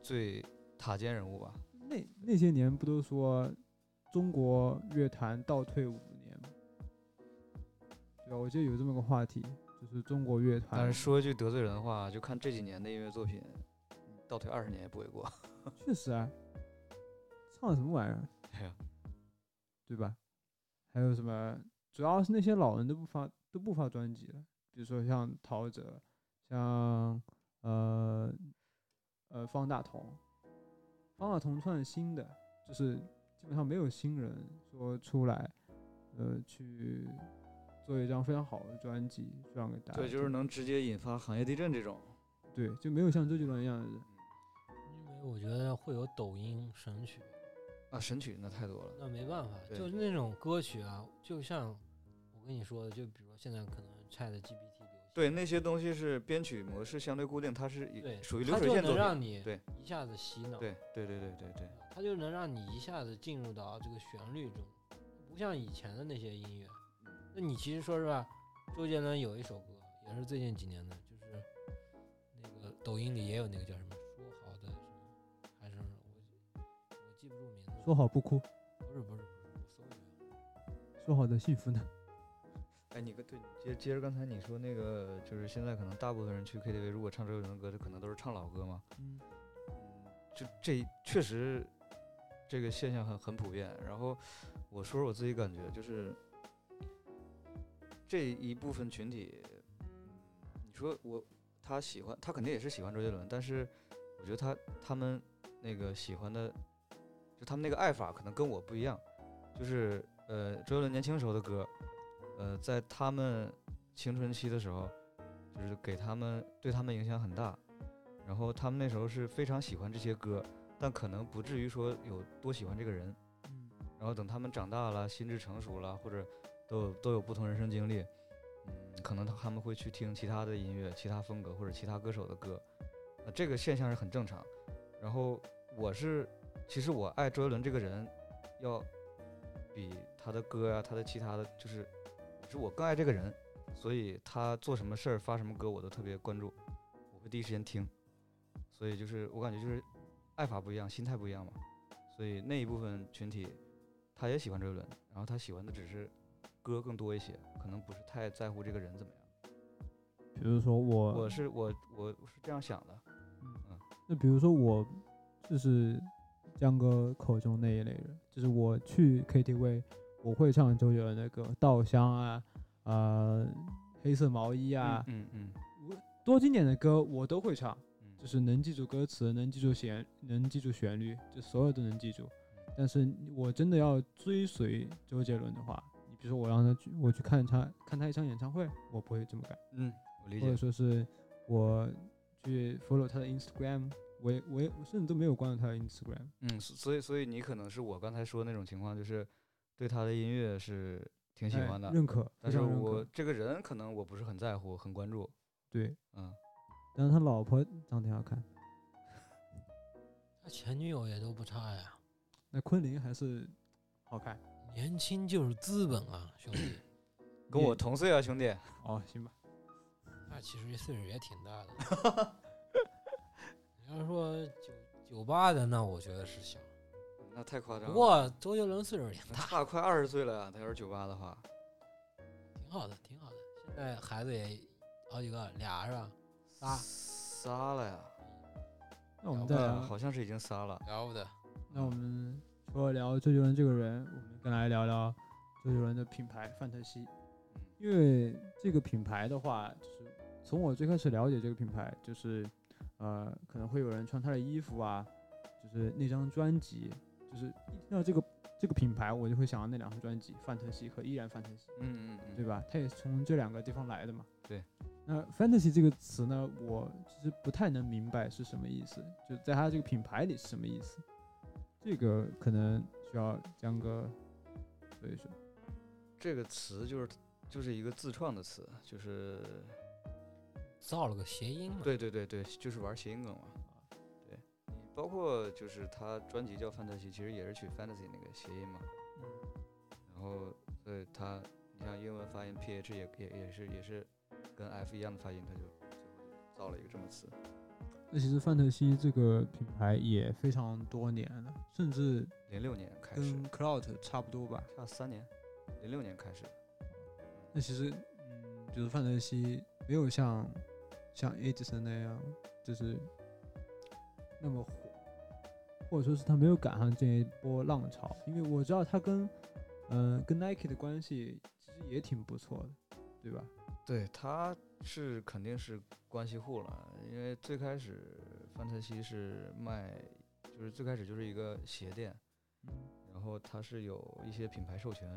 最塔尖人物吧。那那些年不都说中国乐坛倒退五年吗？对吧？我记得有这么个话题，就是中国乐但坛是说句得罪人的话，就看这几年的音乐作品，倒退二十年也不为过。确实啊，唱的什么玩意儿， 哎呀，对吧？还有什么？主要是那些老人都不发都不发专辑了，比如说像陶喆，像呃呃方大同，方大同算新的，就是基本上没有新人说出来，呃去做一张非常好的专辑，这样给大家 对，就是听能直接引发行业地震这种。对，就没有像周杰伦一样的人。因为我觉得会有抖音神曲，啊，神曲那太多了。那没办法，对就是那种歌曲啊，就像我跟你说的，就比如说现在可能 Chat GPT 流行，对，那些东西是编曲模式相对固定，它是以对，属于它流水就线能作让品。你对一下子洗脑，对对对对对对，它就能让你一下子进入到这个旋律中，不像以前的那些音乐。那你其实说实话，周杰伦有一首歌也是最近几年的，就是那个抖音里也有那个叫什么“说好的什么”，还是我我记不住名字了。说好不哭，不是不是不是，我搜一下。说好的幸福呢？哎，你跟对接接着刚才你说那个，就是现在可能大部分人去 KTV，如果唱周杰伦的歌，他可能都是唱老歌嘛。嗯，嗯，就这确实这个现象很很普遍。然后我说说我自己感觉，就是这一部分群体，嗯你说我他喜欢，他肯定也是喜欢周杰伦，但是我觉得他他们那个喜欢的，就他们那个爱法可能跟我不一样，就是呃周杰伦年轻时候的歌，呃在他们青春期的时候，就是给他们对他们影响很大。然后他们那时候是非常喜欢这些歌，但可能不至于说有多喜欢这个人。嗯，然后等他们长大了，心智成熟了，或者都有都有不同人生经历，嗯，可能他们会去听其他的音乐、其他风格或者其他歌手的歌，呃，这个现象是很正常。然后我是，其实我爱周杰伦这个人，要比他的歌啊，他的其他的就是，是我更爱这个人，所以他做什么事儿、发什么歌，我都特别关注，我会第一时间听。所以就是我感觉就是爱法不一样，心态不一样嘛，所以那一部分群体他也喜欢周杰伦，然后他喜欢的只是歌更多一些，可能不是太在乎这个人怎么样。比如说我我是我我是这样想的，那比如说我就是江哥口中那一类人，就是我去 KTV，我会唱周杰伦的歌，《稻香》啊，呃，《黑色毛衣》啊，嗯嗯多经典的歌我都会唱，嗯，就是能记住歌词，能记住旋，能记住旋律，就所有都能记住。嗯但是我真的要追随周杰伦的话，你比如说我让他去，我去看他看他一场演唱会，我不会这么干。嗯，我理或者解。说是我去 follow 他的 Instagram，我也我也我甚至都没有关注他的 Instagram。嗯，所所以所以你可能是我刚才说的那种情况，就是对他的音乐是挺喜哎欢的，认可，但非是常认我可。这个人可能我不是很在乎，很关注。对，嗯，但是他老婆长得挺好看。他前女友也都不差呀，那昆凌还是好看年轻就是资本啊，兄弟。跟我也同岁啊，兄弟。哦，行吧，那其实岁数也挺大的。 你要说九九八的，那我觉得是小。那太夸张不了，过周杰伦岁数也那差快二十岁了呀。他要是九八的话，挺好的，挺好的。现在孩子也好几个，俩是吧？仨仨了呀。那我们聊再吧聊，啊，好像是已经仨了。了不得。那我们除了聊周杰伦这个人，我们更来聊聊周杰伦的品牌范特西。因为这个品牌的话，就是从我最开始了解这个品牌，就是呃，可能会有人穿他的衣服啊，就是那张专辑，就是一听到这个这个品牌，我就会想到那两张专辑《范特西》和《依然范特西》，嗯嗯嗯，对吧？它也是从这两个地方来的嘛。对。那 fantasy 这个词呢，我其实不太能明白是什么意思，就在它这个品牌里是什么意思，这个可能需要江哥说一说。这个词就是就是一个自创的词，就是造了个谐音嘛。对对对对，就是玩谐音梗嘛。对，你包括就是他专辑叫《范特西》，其实也是取 fantasy 那个谐音嘛。嗯然后，所以他你像英文发音 ph 也也也是也是跟 f 一样的发音，他就最后就造了一个这么词。那其实范特西这个品牌也非常多年了，甚至零六年开始跟，Cloud 差不多吧。差三年，零六年开始，那其实，嗯，就是范特西没有像像 Edison 那样，就是那么火，或者说是他没有赶上这一波浪潮。因为我知道他跟，嗯、跟 Nike 的关系其实也挺不错的，对吧？对，他是肯定是关系户了，因为最开始范特西是卖，就是最开始就是一个鞋店，嗯然后它是有一些品牌授权，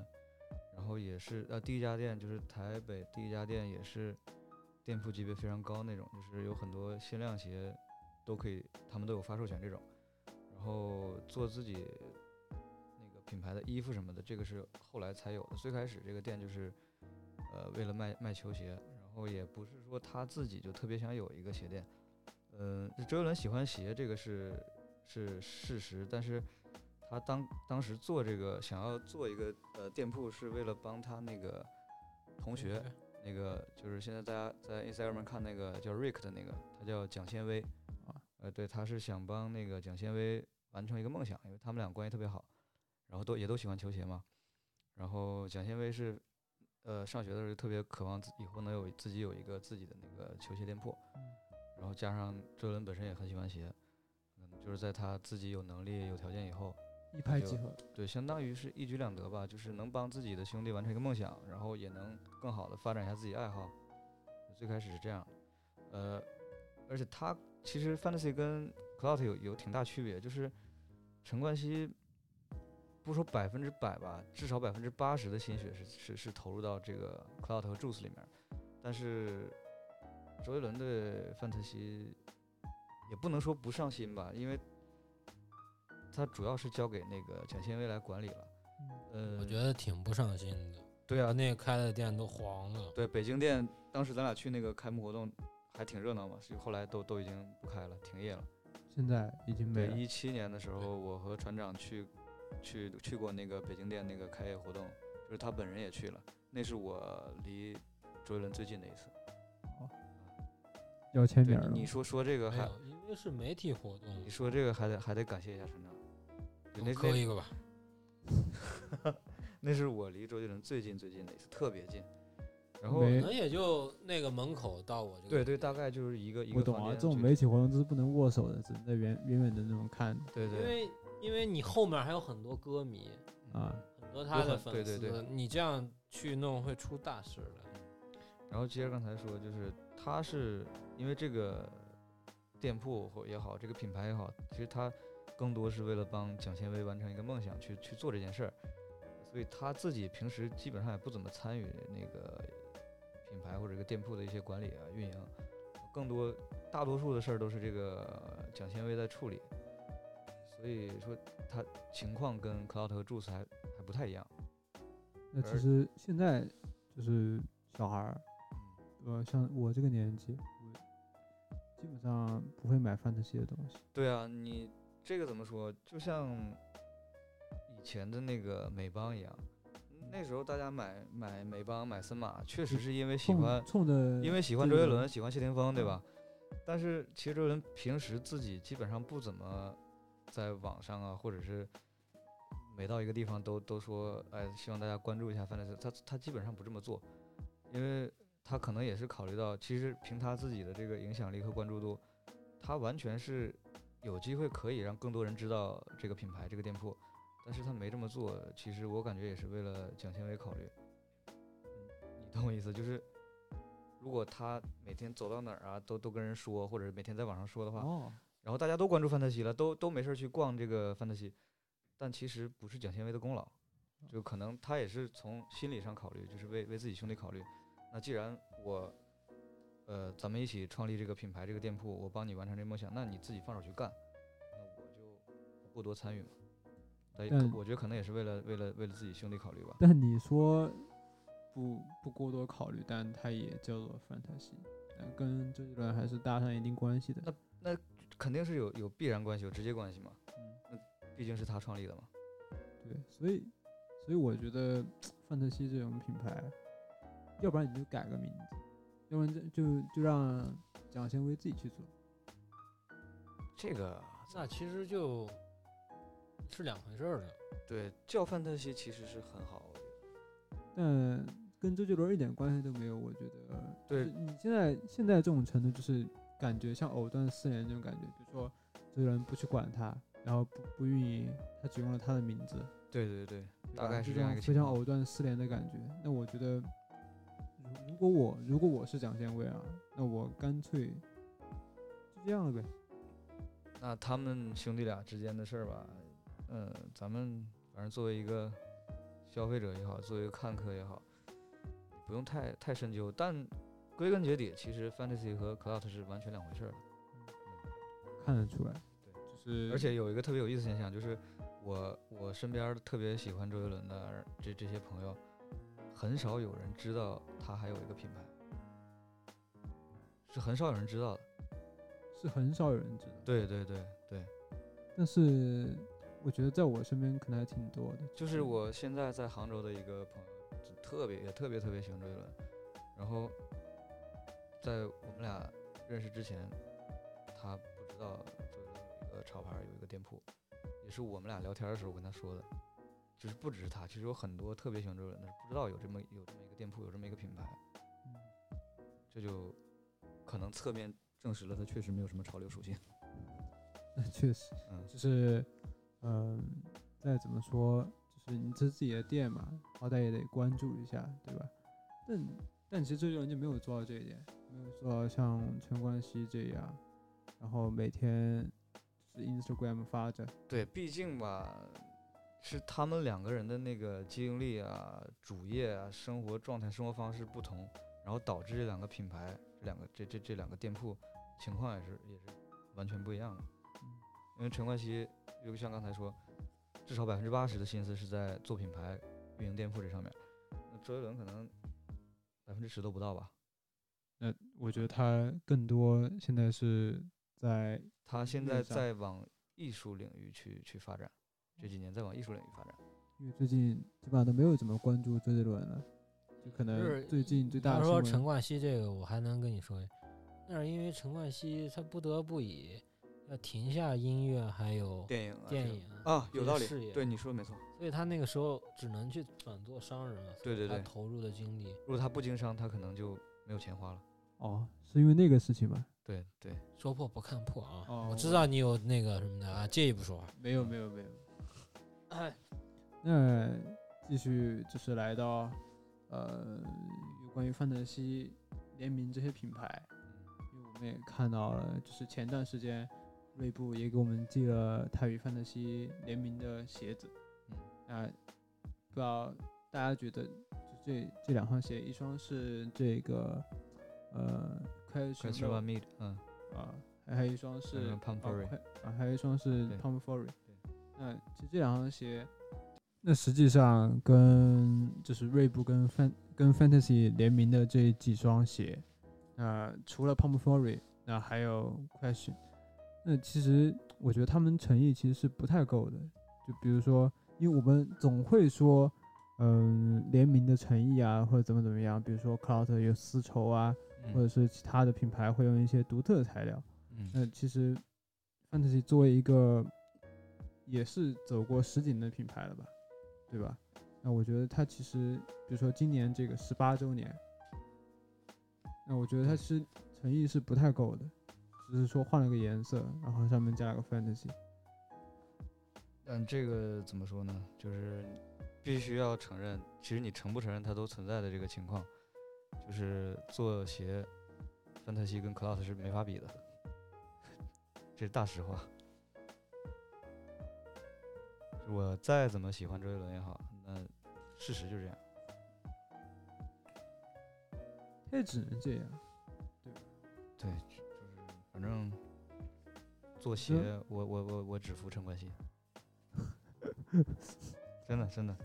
然后也是呃第一家店就是台北第一家店也是店铺级别非常高那种，就是有很多限量鞋都可以，他们都有发授权这种，然后做自己那个品牌的衣服什么的，这个是后来才有的，最开始这个店就是呃为了卖卖球鞋，然后也不是说他自己就特别想有一个鞋店，嗯、周杰伦喜欢鞋这个是是事实，但是。他当当时做这个，想要做一个呃店铺，是为了帮他那个同学，那个就是现在大家在 Instagram 上看那个叫 Rick 的那个，他叫蒋先威啊，呃，对，他是想帮那个蒋先威完成一个梦想，因为他们俩关系特别好，然后都也都喜欢球鞋嘛，然后蒋先威是呃上学的时候特别渴望自以后能有自己有一个自己的那个球鞋店铺，然后加上周杰伦本身也很喜欢鞋，嗯，就是在他自己有能力有条件以后。一拍就即合。对，相当于是一举两得吧，就是能帮自己的兄弟完成一个梦想，然后也能更好的发展一下自己爱好。最开始是这样，呃，而且他其实 fantasy 跟 cloud 有有挺大区别，就是陈冠希不说百分之百吧，至少百分之八十的心血是是是投入到这个 cloud 和 juice 里面，但是周杰伦对 fantasy 也不能说不上心吧，因为他主要是交给那个蒋先威来管理了。嗯，我觉得挺不上心的。对啊，那个开的店都黄了，对北京店，当时咱俩去那个开幕活动还挺热闹嘛，是后来都都已经不开了，停业了。现在已经没对，了。一七年的时候，我和船长去去去过那个北京店那个开业活动，就是他本人也去了，那是我离周杰伦最近的一次。要签对名儿，了你说说这个没还，有，因为是媒体活动你，说这个还得还得感谢一下船长。哦对那总扣一个吧。那是我离周杰伦最近最近的一次，特别近。然后没可能也就那个门口到我这个。对对，大概就是一个一个我懂房啊，间这种距媒体活动就是不能握手的，只能在远远远的那种看对因对为因为你后面还有很多歌迷，嗯啊。很多他的粉丝，对对对你这样去弄会出大事的。然后接着刚才说，就是他是因为这个店铺或也好，这个品牌也好，其实他更多是为了帮蒋先威完成一个梦想去去做这件事儿，所以他自己平时基本上也不怎么参与那个品牌或者这个店铺的一些管理啊、运营，更多大多数的事儿都是这个蒋先威在处理，所以说他情况跟 Cloud 和 Juice 还还不太一样。那其而实现在就是小孩儿，嗯呃，像我这个年纪，我基本上不会买范特西的东西。对啊，你这个怎么说？就像以前的那个美邦一样，那时候大家买买美邦、买森马，确实是因为喜冲 欢，冲着因为喜欢这周杰个伦、喜欢谢霆锋，对嗯吧？但是其实周杰伦平时自己基本上不怎么在网上啊，或者是每到一个地方都都说，哎，希望大家关注一下范特西。他他基本上不这么做，因为他可能也是考虑到，其实凭他自己的这个影响力和关注度，他完全是有机会可以让更多人知道这个品牌、这个店铺，但是他没这么做，其实我感觉也是为了蒋先威考虑。嗯，你懂我意思？就是如果他每天走到哪儿啊，都都跟人说，或者是每天在网上说的话，哦，然后大家都关注范特西了，都都没事儿去逛这个范特西，但其实不是蒋先威的功劳，嗯就可能他也是从心理上考虑，就是为为自己兄弟考虑。那既然我，呃，咱们一起创立这个品牌、这个店铺，我帮你完成这个梦想，那你自己放手去干，那我就过多参与嘛。对，但我觉得可能也是为了为了为了自己兄弟考虑吧。但你说不不过多考虑，但它也叫做范特西，呃跟周杰伦还是搭上一定关系的。肯定是有有必然关系，有直接关系嘛，嗯，毕竟是他创立的嘛。对，所以所以我觉得范特西这种品牌，要不然你就改个名字，要不然就就就让蒋先威自己去做，这个那其实就是两回事儿了。对叫范特西其实是很好，我觉得但跟周杰伦一点关系都没有，我觉得。对就你现在现在这种程度，就是感觉像藕断丝连这种感觉，比如说周杰伦不去管他，然后不不运营，他只用了他的名字，对对对，对大吧概就是这样一个非情常况。藕断丝连的感觉。那我觉得，如如果我如果我是蒋建伟啊，那我干脆就这样了呗。那他们兄弟俩之间的事儿吧，嗯，咱们反正作为一个消费者也好，作为一个看客也好，不用太太深究。但归根结底，其实 fantasy 和 cloud 是完全两回事儿的。看得出来，对，就是而且有一个特别有意思的现象，就是我我身边儿特别喜欢周杰伦的这这些朋友，很少有人知道他还有一个品牌，是很少有人知道的。是很少有人知道。对对对对，但是我觉得在我身边可能还挺多的，就是我现在在杭州的一个朋友，就特别也特别特别喜欢周杰伦，然后在我们俩认识之前，他不知道周杰伦有一个潮牌儿有一个店铺，也是我们俩聊天儿的时候我跟他说的，就是不只是他，其实有很多特别喜欢周杰伦的，不知道有这么有这么一个店铺，有这么一个品牌，嗯这就可能侧面证实了他确实没有什么潮流属性。 那确实，嗯就是，嗯，再怎么说，就是你这是自己的店嘛，好歹也得关注一下，对吧？但但其实周杰伦就没有做到这一点，没有做到像陈冠希这样，然后每天就是 Instagram 发着，对，毕竟吧，是他们两个人的那个经历啊、主业啊、生活状态、生活方式不同，然后导致这两个品牌、这两个这这这两个店铺情况也是也是完全不一样的。因为陈冠希，就像刚才说，至少百分之八十的心思是在做品牌、运营店铺这上面，那周杰伦可能百分之十都不到吧。那我觉得他更多现在是在他现面嗯在啊向在往艺术领域去去发展，这几年在往艺术领域发展。因为最近基本上都没有怎么关注周杰伦了，就可就是能最近最大他的新说闻陈冠希这个，我还能跟你说，那是因为陈冠希他不得不以要停下音乐还有电影啊，电这个影啊，这有个道理事业，对你说的没错。所以他那个时候只能去转做商人了。对对他对投入的精力，如果他不经商，他可能就没有钱花了。哦，是因为那个事情吗？对对，说破不看破啊！哦我知道你有那个什么的啊，这一不说话。没有没有没有。哎那继续就是来到呃，有关于范特西联名这些品牌，因为我们也看到了，就是前段时间锐步也给我们寄了他与范特西联名的鞋子，嗯，那不知道大家觉得就这这两双鞋，一双是这个呃快快熊吃完 meat，嗯，啊，还还有一双是嗯啊 Palm Fury 快啊，还有一双是对 Palm Fury 对。那其实这两双鞋，那实际上跟就是锐步跟 Fan 跟 Fantasy 联名的这几双鞋，那除了 Palm Fury，那还有 Question，那其实我觉得他们诚意其实是不太够的。就比如说，因为我们总会说，嗯，联名的诚意啊，或者怎么怎么样，比如说 Cloud 有丝绸啊，或者是其他的品牌会用一些独特的材料。嗯那其实 Fantasy 作为一个也是走过十几年的品牌了吧，对吧？那我觉得它其实，比如说今年这个十八周年，那我觉得它其实诚意是不太够的，只是说换了个颜色，然后上面加了个 Fantasy。但这个怎么说呢？就是必须要承认，其实你承不承认它都存在的这个情况，就是做鞋，范特西跟 Cloud 是没法比的，这是大实话。我再怎么喜欢周杰伦也好，那事实就是这样。它也只能这样。对，就是反正做鞋，嗯我我我我只服陈冠希， 真的真的，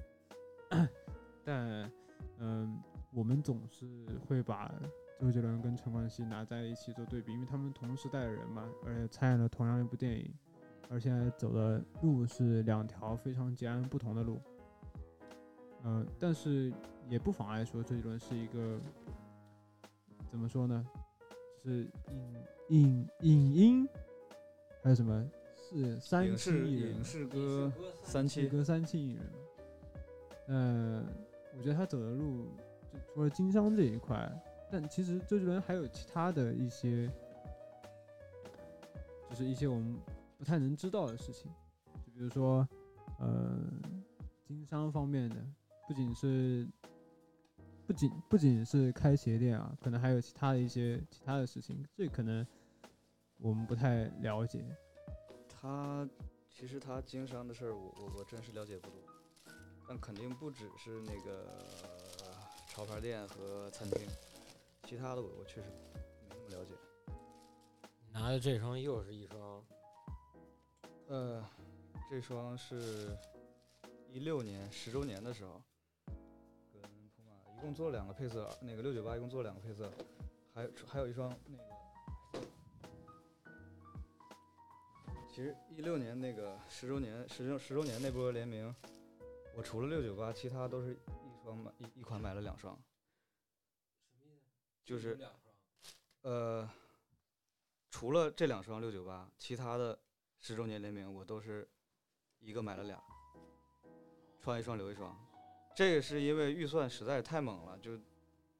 但，嗯，我们总是会把周杰伦跟陈冠希拿在一起做对比，因为他们同时代的人嘛，而且参演了同样一部电影，而现在走的路是两条非常截然不同的路。嗯，但是也不妨碍说周杰伦是一个怎么说呢，是影影影音还有什么是三影期视艺人影吗，视歌三是期，个三期艺人。嗯，我觉得他走的路，就除了经商这一块，但其实周杰伦还有其他的一些，就是一些我们不太能知道的事情，就比如说，呃，经商方面的，不仅是。不仅不仅是开鞋店啊，可能还有其他的一些其他的事情，这可能我们不太了解。他其实他经商的事儿，我我我真是了解不多，但肯定不只是那个、呃潮牌店和餐厅，其他的我我确实没那么了解。拿的这双又是一双，呃，这双是一六年十周年的时候，跟普马一共做了两个配色，那个六九八一共做了两个配色，还有还有一双那个。其实一六年那个十周年十周十周年那波联名，我除了六九八，其他都是一双买一一款买了两双，就是呃，除了这两双六九八，其他的十周年联名，我都是一个买了俩，穿一双留一双。这个是因为预算实在是太猛了，就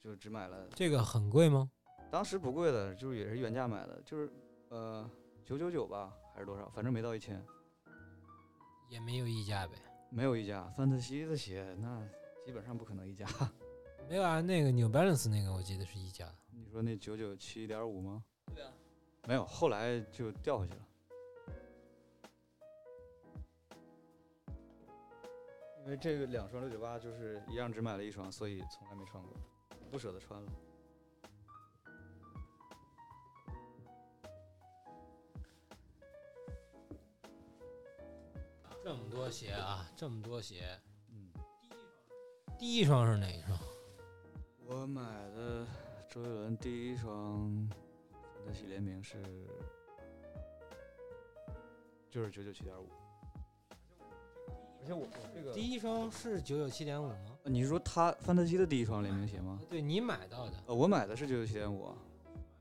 就只买了，这个很贵吗？当时不贵的，就是也是原价买的，就是呃九九九吧，还是多少，反正没到一千，也没有溢价呗。没有溢价。范特西的鞋那基本上不可能溢价。没有啊，那个 New Balance 那个我记得是溢价的。 你说那九九七点五吗？对啊，没有，后来就掉下去了。因为这个两双六九八就是一样，只买了一双，所以从来没穿过，不舍得穿了。这么多鞋啊，这么多鞋，嗯，第一双是哪一双？我买的周杰伦第一双范特西联名是，就是九九七点五。而且我我这个，第一双是九九七点五吗？呃你是说他范特西的第一双联名鞋吗？对你买到的呃，我买的是九九七点五啊。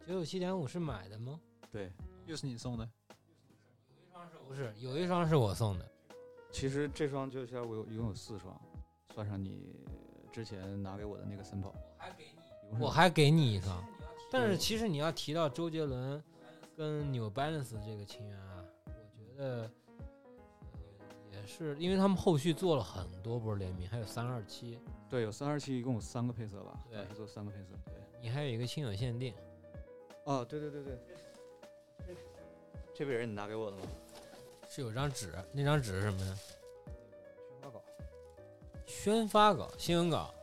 九九七点五是买的吗？对，又是你送的，不是，有一双是我送的。其实这双九九七点五有一共有四双，算上你之前拿给我的那个三跑，我还给你一双。但是其实你要提到周杰伦跟 New Balance 这个情缘啊，我觉得、呃、也是，因为他们后续做了很多波联名，还有三二七，对有三二七，一共有三个配色吧？对当时做三个配色。对，你还有一个亲友限定，啊，对对对对，这不也是你拿给我的吗？是有张纸，那张纸是什么呢？宣发稿。宣发稿、新闻稿。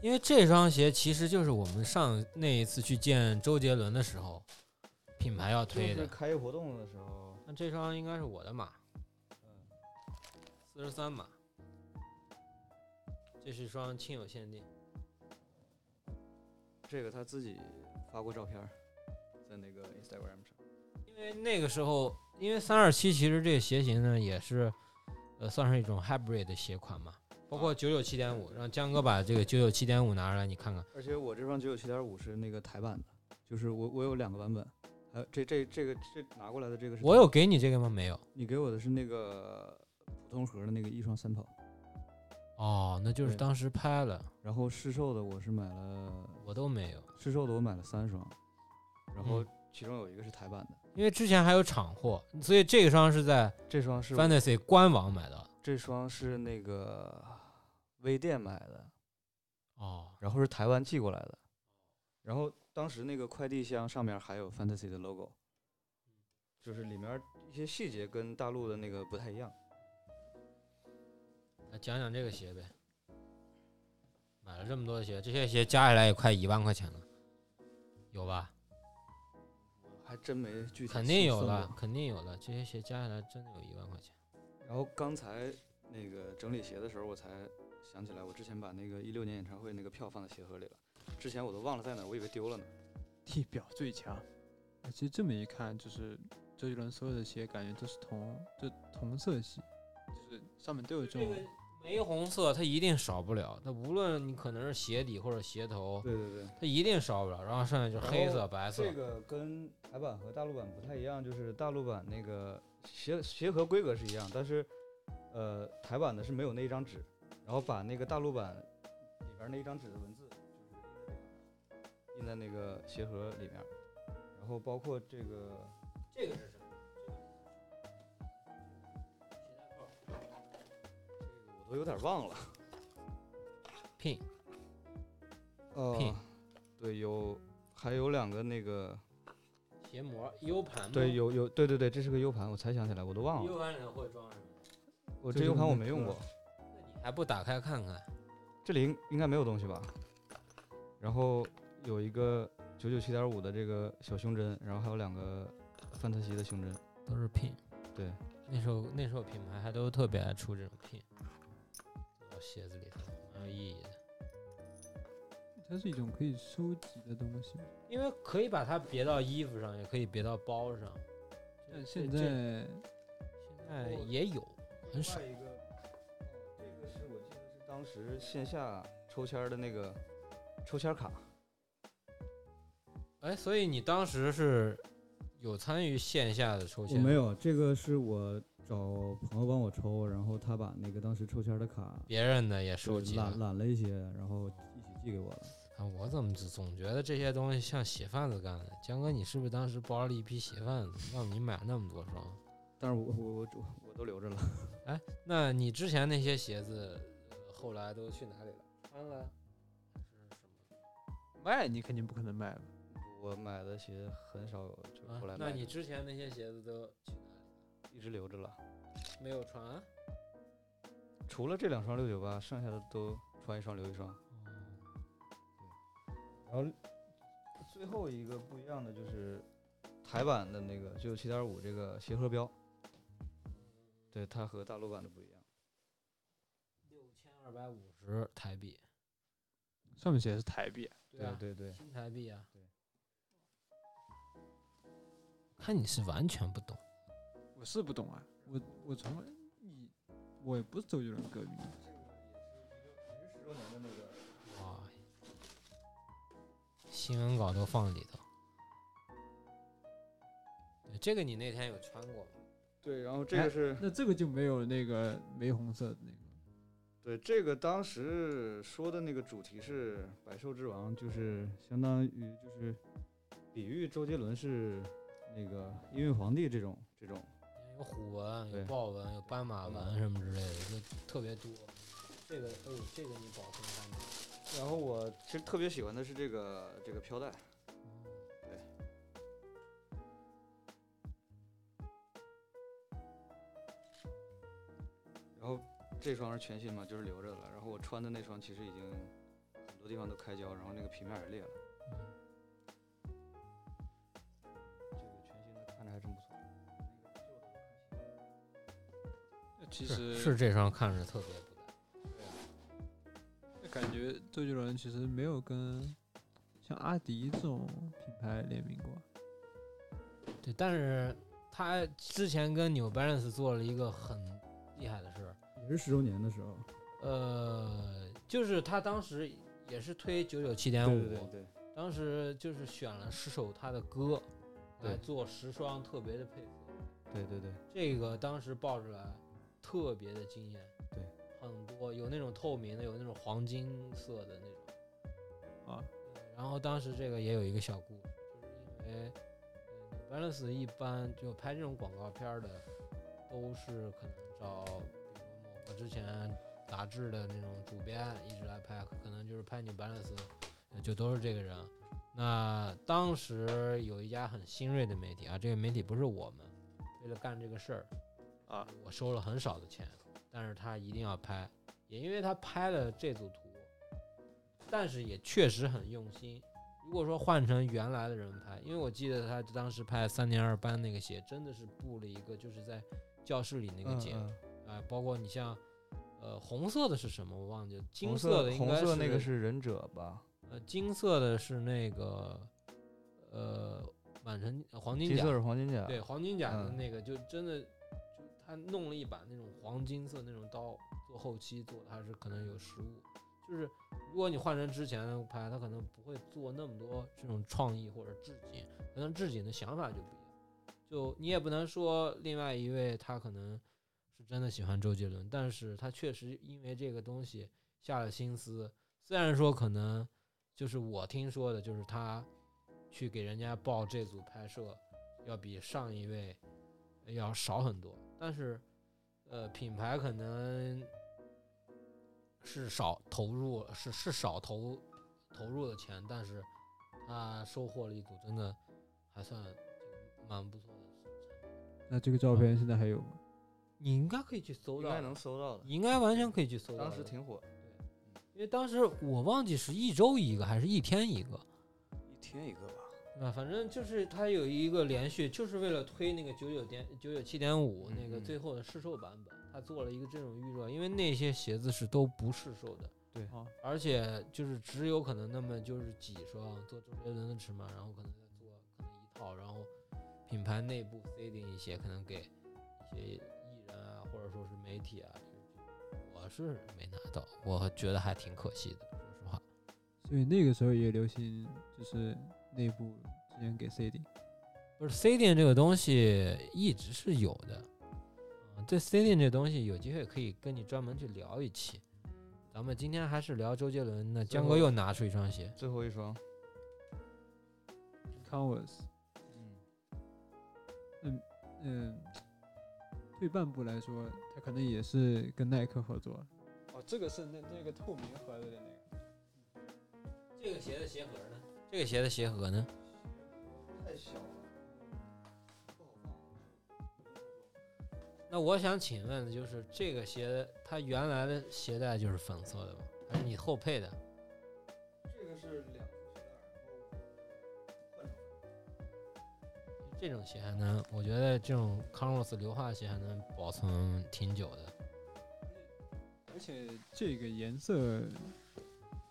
因为这双鞋其实就是我们上那一次去见周杰伦的时候，品牌要推就的。是开业活动的时候，那这双应该是我的码，嗯，四十三码。这是双亲友限定。这个他自己发过照片儿，在那个 Instagram 上。因为那个时候，因为三二七其实这个鞋型呢也是，呃，算是一种 hybrid 的鞋款嘛，包括九九七点五，让江哥把这个九九七点五拿出来，你看看。而且我这双九九七点五是那个台版的，就是我我有两个版本，还有这这这个这拿过来的这个是我有给你这个吗？没有。你给我的是那个普通盒的那个一双三跑，哦，那就是对当时拍了，然后试售的我是买了我都没有，试售的我买了三双，然后嗯其中有一个是台版的，因为之前还有厂货，所以这双是在这双是 Fantasy 官网买的。这双是那个微店买的，哦，然后是台湾寄过来的，然后当时那个快递箱上面还有 Fantasy 的 logo，就是里面一些细节跟大陆的那个不太一样。那讲讲这个鞋呗。买了这么多鞋，这些鞋加起来也快一万块钱了，有吧？还真没具体肯定有算了过，肯定有了。这些鞋加起来真的有一万块钱。然后刚才那个整理鞋的时候，我才想起来，我之前把那个一六年演唱会那个票放在鞋盒里了，之前我都忘了在哪儿，我以为丢了呢。地表最强。哎其实这么一看，就是周杰伦所有的鞋，感觉都是同就同色系，就是上面都有这种玫红色它一定少不了，它无论你可能是鞋底或者鞋头，对对对，它一定少不了。然后剩下就是黑然色、后白色这，个跟台版和大陆版不太一样，就是大陆版那个鞋鞋盒规格是一样，但是呃台版的是没有那一张纸，然后把那个大陆版里边那一张纸的文字就是印在那个鞋盒里面，然后包括这个这个是什么？我都有点忘了， pin 呃屁，对，有还有两个那个鞋膜 U 盘吗对有有对对对，这是个 U 盘，我才想起来，我都忘了， ，U 盘里头会装什么？我就这是 U 盘我那没用个过。那你还不打开看看？这里应应该没有东西吧？然后有一个九九七点五的这个小胸针，然后还有两个范特西的胸针。都是 pin。对，那时候那时候品牌还都特别爱出这种 pin，做到鞋子里头蛮有意义的，它是一种可以收集的东西。因为可以把它别到衣服上，也可以别到包上。这但这现这在现在也有，很少另外一个，哦这个是我记得是当时线下抽签儿的那个抽签儿卡。哎，所以你当时是有参与线下的抽我签？没，有，这个是我找朋友帮我抽，然后他把那个当时抽签的卡别人的也收就集了揽。揽了一些，然后一起寄给我了。啊，我怎么总总觉得这些东西像血贩子干的？江哥，你是不是当时包了一批血贩子，让你买那么多双？但是我我我我都留着了，那你之前那些鞋子，呃后来都去哪里了？穿了还是什么？卖你肯定不可能卖了，我买的鞋很少，就是啊后来，那买的你之前那些鞋子都去哪一直留着了。里？没有穿、啊？除了这两双六九八，剩下的都穿一双留一双。哦然后最后一个不一样的就是台版的那个九九七点五这个鞋盒标，对它和大陆版的不一样。六千二百五十台币，上面写的是台币，啊，对对，新台币啊。对。看你是完全不懂，我是不懂啊，我我从来你我也不是周杰伦歌迷，十周年的那个哇！新闻稿都放里头。对，这个你那天有穿过吗？对，然后这个哎是、那这个就没有那个玫红色的那个。对这个当时说的那个主题是百兽之王，就是相当于就是比喻周杰伦是那个音乐皇帝这种这种。有虎纹，有对嗯豹纹，有斑马斑马纹什么之类的，就特别多。这个，哎呦，这个你保存下面。然后我其实特别喜欢的是这个这个飘带，嗯然后这双是全新嘛，就是留着了。然后我穿的那双其实已经很多地方都开胶，然后那个皮面也裂了。这个全新的看着还真不错。那其实是是这双看着特别不赖。那感觉周杰伦其实没有跟像阿迪这种品牌联名过，对，但是他之前跟 New Balance 做了一个很厉害的事儿，也是十周年的时候，呃，就是他当时也是推九九七点对对对五，对，当时就是选了十首他的歌来对做十双特别的配色，对对对，这个当时爆出来特别的惊艳，对，很多有那种透明的，有那种黄金色的那种。呃啊，然后当时这个也有一个小故事，就是因为呃 New Balance 一般就拍这种广告片儿的，都是可能找比如某个之前杂志的那种主编一直来拍，可能就是拍 New Balance，呃就都是这个人。那当时有一家很新锐的媒体啊，这个媒体不是我们，为了干这个事儿啊，我收了很少的钱，但是他一定要拍，也因为他拍了这组图，但是也确实很用心。如果说换成原来的人拍，因为我记得他当时拍三年二班那个鞋，真的是布了一个就是在教室里那嗯个结啊、包括你像呃红色的是什么我忘记了，金红的应红该色那个是忍者吧？呃金色的是那个呃满城呃黄金金甲色是黄金甲。对黄金甲的啊嗯那个就真的就他弄了一把那种黄金色那种刀做后期做，的还是可能有失误。就是如果你换成之前的拍，他可能不会做那么多这种创意或者置景，可能置景的想法就不一样。就你也不能说另外一位他可能是真的喜欢周杰伦，但是他确实因为这个东西下了心思。虽然说可能就是我听说的，就是他去给人家报这组拍摄，要比上一位要少很多，但是呃，品牌可能是少投入，是是少投投入的钱，但是他收获了一组真的还算蛮不错的。那这个照片现在还有吗？你应该可以去搜应到该的，能搜到的。你应该完全可以去搜到的。当时挺火，因为当时我忘记是一周一个还是一天一个，一天一个吧。啊，反正就是它有一个连续，就是为了推那个九九点九九七点五那个嗯嗯最后的试售版本，它做了一个这种预热，因为那些鞋子是都不试售的，对哦而且就是只有可能那么就是几双做周杰伦的尺码，然后可能再做可能一套，然后品牌内部 C 定一些，可能给一些艺人啊，或者说是媒体啊，我是没拿到，我觉得还挺可惜的，说实话。所以那个时候也流行，就是内部之前给 CD，不是 C 店这个东西一直是有的，嗯，对 C 店这东西有机会可以跟你专门去聊一期。咱们今天还是聊周杰伦那江哥后又拿出一双鞋，最后一双， Converse，嗯，嗯嗯，退半步来说，它可能也是跟耐克合作。哦，这个是那那个透明盒子的那个，这个鞋的鞋盒呢？这个鞋的鞋盒呢？太小了。那我想请问的就是，这个鞋的它原来的鞋带就是粉色的吗？还是你后配的？这个是两这种鞋还能，我觉得这种 Converse 硫化鞋还能保存挺久的。而且这个颜色，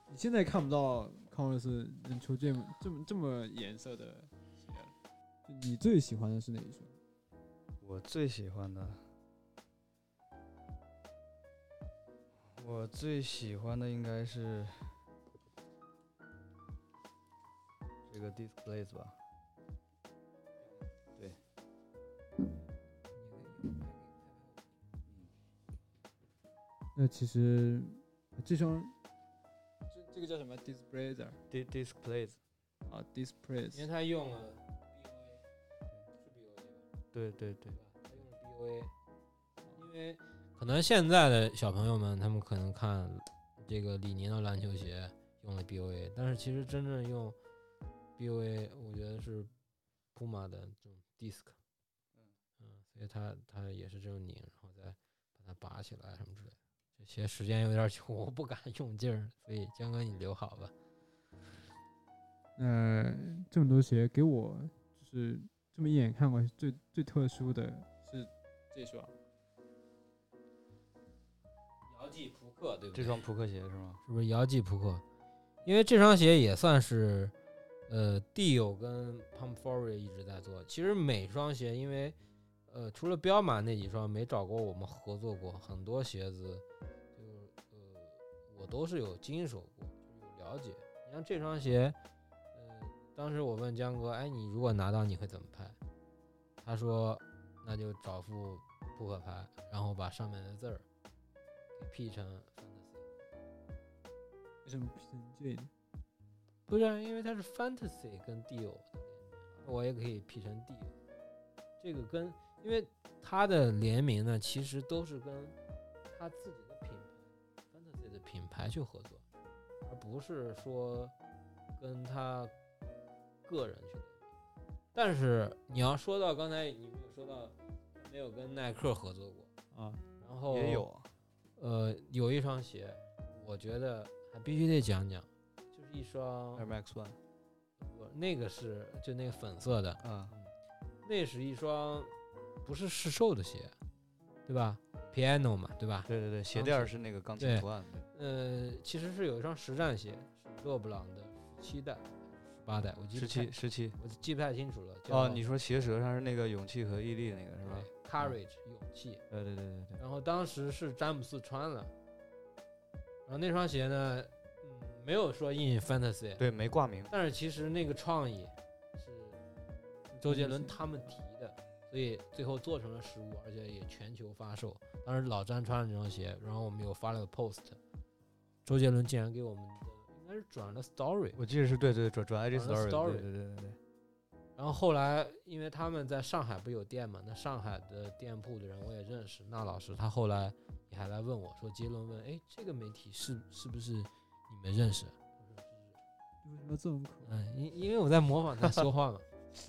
你现在看不到 Converse 能出这么这么这么颜色的鞋了。就你最喜欢的是哪一双？我最喜欢的，我最喜欢的应该是这个 displays 吧。对。那其实呃这双，这这个叫什么 Displacer Di displays，啊因为，Displace，它用了 BOA，是 BOA 吧？对对对对，吧？他用了 BOA，因为可能现在的小朋友们，他们可能看这个李宁的篮球鞋用了 BOA，但是其实真正用 BOA，我觉得是 Puma 的这种 Disc，嗯，所以它它也是这种拧，然后再把它拔起来什么之类的。这鞋时间有点久，我不敢用劲儿，所以江哥你留好吧。呃，这么多鞋给我就是这么一眼看过去最最特殊的是这双，姚记扑克对不这双扑克鞋是吗？是不是姚记扑克？因为这双鞋也算是，呃，D 友跟 Pump f o r y 一直在做。其实每双鞋，因为呃，除了彪马那几双没找过我们合作过，很多鞋子就呃，我都是有经手过，就是有了解。你像这双鞋，呃，当时我问江哥，哎，你如果拿到你会怎么拍？他说，那就找副扑克牌，然后把上面的字儿给 P 成 fantasy。为什么不是这个？不是啊，因为它是 fantasy 跟 deal 的联名，我也可以 P 成 deal。这个跟因为它的联名呢，其实都是跟它自己的品牌 fantasy 的品牌去合作，而不是说跟他个人去联名。但是你要说到刚才你没有说到，它没有跟耐克合作过，啊，然后也有啊，呃有一双鞋，我觉得还必须得讲讲，就是一双 Air Max One 我那个是就那个粉色的，啊，那是一双不是试售的鞋，对吧？Piano 嘛，对吧？对对对，鞋当垫儿时是那个钢对琴图案的，呃，其实是有一双实战鞋，是勒布朗的十七代，十八代，我记不十太七十七。我记不太清楚了。叫哦，你说邪蛇它是那个勇气和毅力那个是吧？对 courage 嗯勇气，对对对对对。然后当时是詹姆斯穿了，然后那双鞋呢，嗯，没有说印 fantasy，对，没挂名。但是其实那个创意是周杰伦他们提的，所以最后做成了实物，而且也全球发售。当时老詹穿了这双鞋，然后我们有发了个 post，周杰伦竟然给我们的应该是转了 story，我记得是对对转转 IG 转了 story，对 story 对对对对。然后后来，因为他们在上海不有店嘛，那上海的店铺的人我也认识，那老师他后来也还来问我说，杰伦问，哎，这个媒体是是不是你们认识？为什么这么苦？嗯，因因为我在模仿他说话嘛，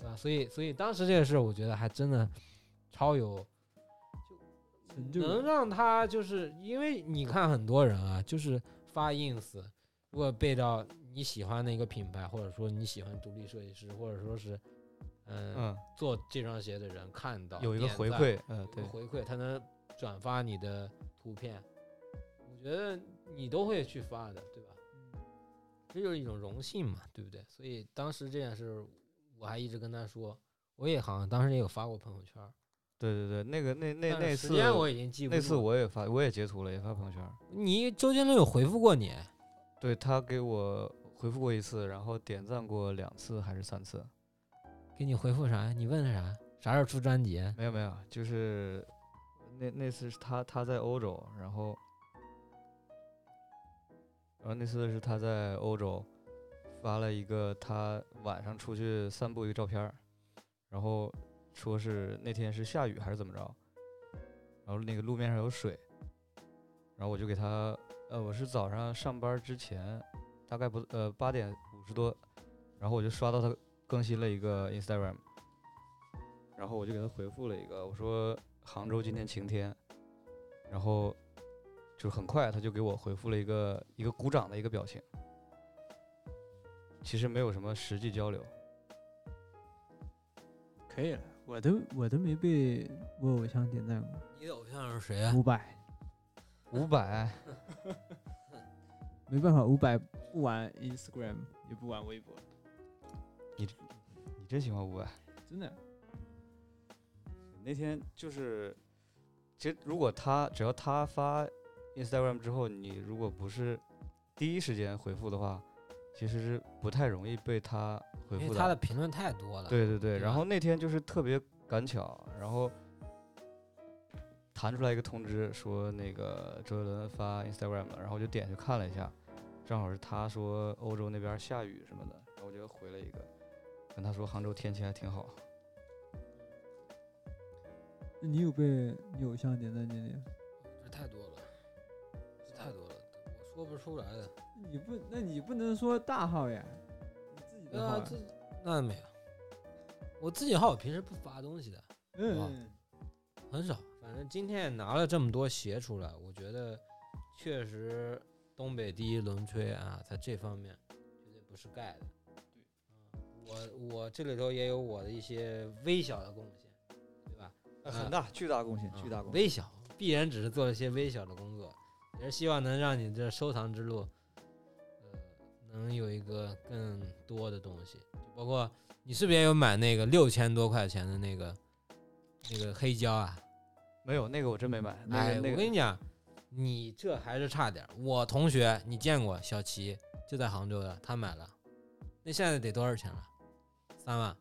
啊，所以所以当时这个事儿，我觉得还真的超有，成就能感让他就是因为你看很多人啊，就是发 ins，如果背到你喜欢的一个品牌，或者说你喜欢独立设计师，或者说是嗯嗯，做这双鞋的人看到有一个点回赞馈，嗯有个对。回馈，他能转发你的图片，我觉得你都会去发的，对吧？这就是一种荣幸嘛，对不对？所以当时这件事，我还一直跟他说，我也好像当时也有发过朋友圈儿，对对对，那个那那但那是次时间我已经记不住那了。次我也发，我也截图了，也发朋友圈。你周杰伦有回复过你，对他给我回复过一次，然后点赞过两次还是三次？给你回复啥？你问他啥？啥时候出专辑？没有没有，就是那那次是他他在欧洲，然后然后那次是他在欧洲发了一个他晚上出去散步一个照片儿，然后说是那天是下雨还是怎么着，然后那个路面上有水，然后我就给他呃我是早上上班之前大概不呃八点五十多，然后我就刷到他更新了一个 Instagram。然后我就给他回复了一个，我说杭州今天晴天，然后就是很快他就给我回复了一个一个鼓掌的一个表情，其实没有什么实际交流，可以了，我都我都没被我偶像点赞过，你的偶像是谁啊？五百五百没办法，五百不玩 Instagram 也不玩微博，你真喜欢五百？真的。那天就是，其实如果他只要他发 Instagram 之后，你如果不是第一时间回复的话，其实是不太容易被他回因复为他的评论太多了。，对对对，对然吧后那天就是特别赶巧，然后弹出来一个通知说那个周杰伦发 Instagram 了，然后我就点去看了一下，正好是他说欧洲那边下雨什么的，然后我就回了一个，跟他说杭州天气还挺啊好。那你有被你偶像点赞经历吗？这太多了，这太多了，我说不出来的。你不，那你不能说大号呀，你自己的号呀。那呃这那没有，我自己号我平时不发东西的，哇嗯，很少。反正今天也拿了这么多鞋出来，我觉得确实东北第一轮吹啊，在这方面绝对不是盖的。对，我我这里头也有我的一些微小的贡献，对吧？很大，巨大贡献啊微小，必然只是做了一些微小的工作，也是希望能让你这收藏之路，呃，能有一个更多的东西，就包括你是不是也有买那个六千多块钱的那个那个黑胶啊？没有那个我真没买，那个、哎，那我个跟你讲，你这还是差点儿。我同学你见过小齐，就在杭州的，他买了，那现在得多少钱了？三万。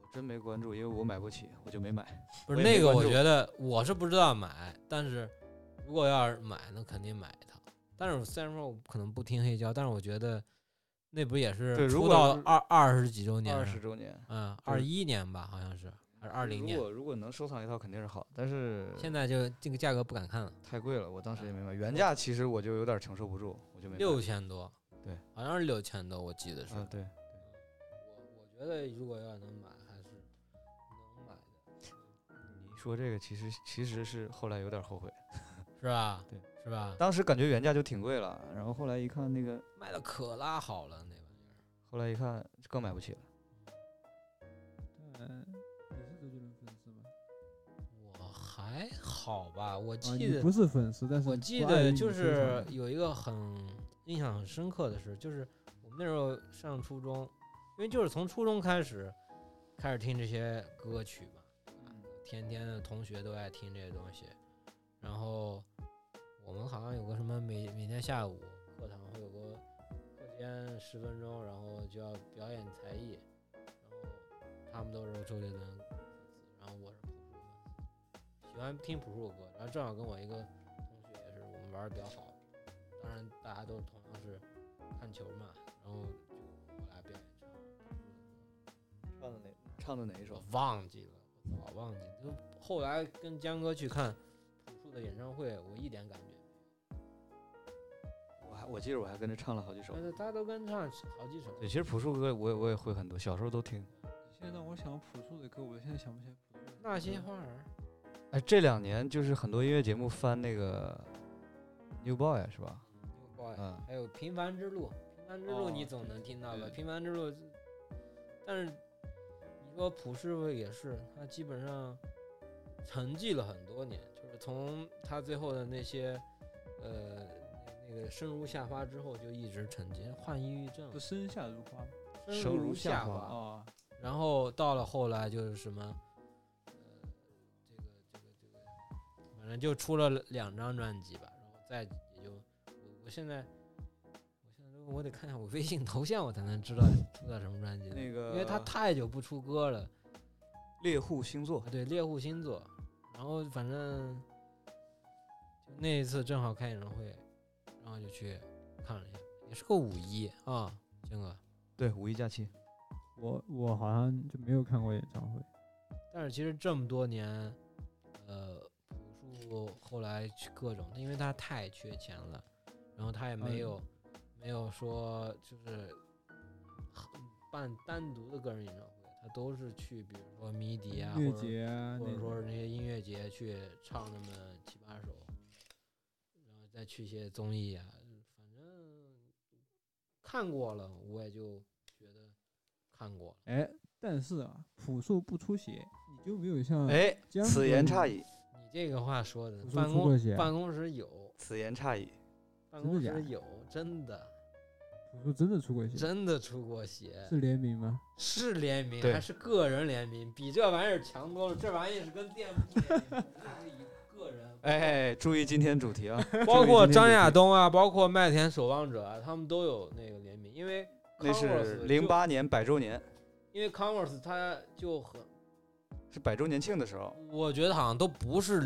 我真没关注，因为我买不起，我就没买。不是我也没那个，关我注觉得我是不知道买，但是如果要是买，那肯定买一套。但是我虽然说我可能不听黑胶，但是我觉得那不也对是出如果道是二二十几周年二是十吧，周年，嗯，对二一年吧，好像是还是二零年如。果如果能收藏一套肯定是好，但是现在就这个价格不敢看了，太贵了，我当时也没买。原价其实我就有点承受不住，我就没买。啊六千多，对，好像是六千多，我记得是。啊对。我我觉得如果要能买，还是能买的，你说这个其实其实是后来有点后悔，是吧？对，是吧？当时感觉原价就挺贵了，然后后来一看那个，卖的可拉好了，那玩意儿。后来一看更买不起了。嗯，你是周杰伦粉丝吗？我还好吧，我啊，记你得、不是粉丝，但是我不记碍于得你就收藏是的有一个很印象很深刻的事，就是我们那时候上初中，因为就是从初中开始开始听这些歌曲嘛，天天的同学都爱听这些东西，然后我们好像有个什么每每天下午课堂会有个课间十分钟，然后就要表演才艺，然后他们都是周杰伦粉丝，然后我是朴树粉丝，喜欢听朴树歌，然后正好跟我一个同学也是我们玩的比较好，当然大家都同样是看球嘛，然后就我俩表演唱朴树的歌。唱的哪唱的哪一首我？忘记了，我早忘记了。就后来跟江哥去看朴树的演唱会，我一点感觉没我还我记得我还跟着唱了好几首有，。但是大家都跟唱好几首。对，其实朴树歌我也我也会很多，小时候都听。现在让我想朴树的歌，我现在想不起来朴树的歌。那些花儿，哎，这两年就是很多音乐节目翻那个 New Boy 是吧？牛 boy，、嗯还有平凡之路，平凡之路哦你总能听到吧？对平凡之路，但是你说朴师傅也是，他基本上沉寂了很多年，就是从他最后的那些呃那个生如夏花之后，就一直沉寂，患抑郁症不，生下如花吗？生如夏夏花花。啊，然后到了后来就是什么，呃，这个这个这个，反正就出了两张专辑吧，然后再也就我我现在我现在都我得看一下我微信头像，我才能知道出的什么专辑了，那个，因为他太久不出歌了。猎户星座啊，对，猎户星座，然后反正就那一次正好开演唱会，然后就去看了一下，也是个五一啊，真哥。对五一假期，我我好像就没有看过演唱会。但是其实这么多年，呃，朴树后来去各种，因为他太缺钱了，然后他也嗯没有、没有说就是很办单独的个人演唱会，他都是去比如说迷笛啊，音乐或者节啊，或那者说是种那些音乐节去唱那么七八首，然后再去一些综艺啊，反正看过了，我也就觉得看过了。哎，但是啊，朴树不出鞋，你就没有像哎，江此哥言你差矣，你这个话说的朴，树办出过公鞋，办公室有，此言差矣。办真的公假室的有，真的朴树真的出过鞋，真的出过鞋，是联名吗？是联名对还是个人联名，比这玩意儿强多了。这玩意儿是跟店铺联名，不是一个 人。哎，注意今天主题啊， 包括张亚东啊，包括麦田守望者啊，他们都有那个联名，因为那 Converse 是就零，八年百周年，因为 Converse 它就很，是百周年庆的时候，我觉得好像都不是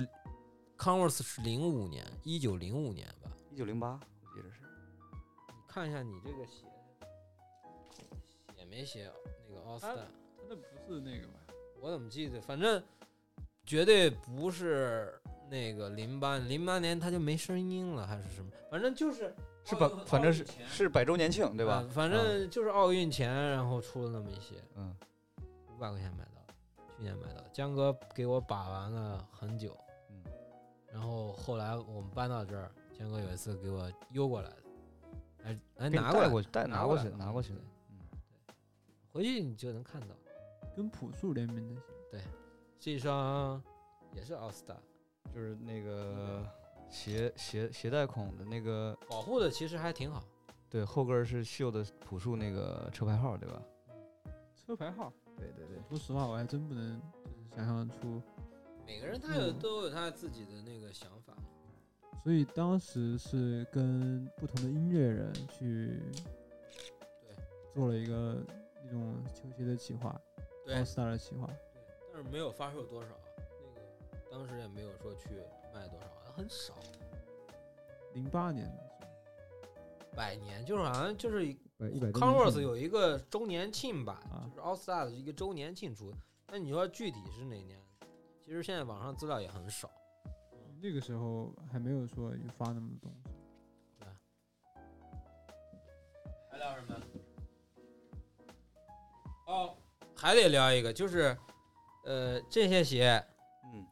Converse 是零五年，一九零五年吧。一九零八，我记得是。你看一下你这个鞋，写没写那个奥斯它坦？那不是那个吧？我怎么记得？反正绝对不是那个零八零八年，他就没声音了，还是什么？反正就是是奥百运，反正是奥运前是百周年庆，对吧啊？反正就是奥运前，然后出了那么一些，嗯，五百块钱买到的，去年买到的。江哥给我把玩了很久，嗯，然后后来我们搬到这儿，江哥有一次给我邮过来的，哎哎，给你拿过带来过去，带拿拿过过啊来嗯去，了拿过去对。回去你就能看到。跟朴树联名的鞋，这双也是奥斯达，就是那个鞋鞋鞋带孔的那个，保护的其实还挺好。对，后跟儿是绣的朴树那个车牌号，对吧？嗯车牌号。对对对。说实话，我还真不能就是想象出，每个人他有嗯都有他自己的那个想法，所以当时是跟不同的音乐人去对做了一个那种球鞋的企划对，All，Star 的企划。但是没有发售多少，那个当时也没有说去卖多少，很少。零八年的时候，百年就是好像就是呃百一百周年 Converse 庆有一个周年庆吧，啊就是 All Star 的一个周年庆出。那你说具体是哪年？其实现在网上资料也很少。那个时候还没有说有发那么多东西。还聊什么？哦，还得聊一个，就是呃这些鞋，嗯，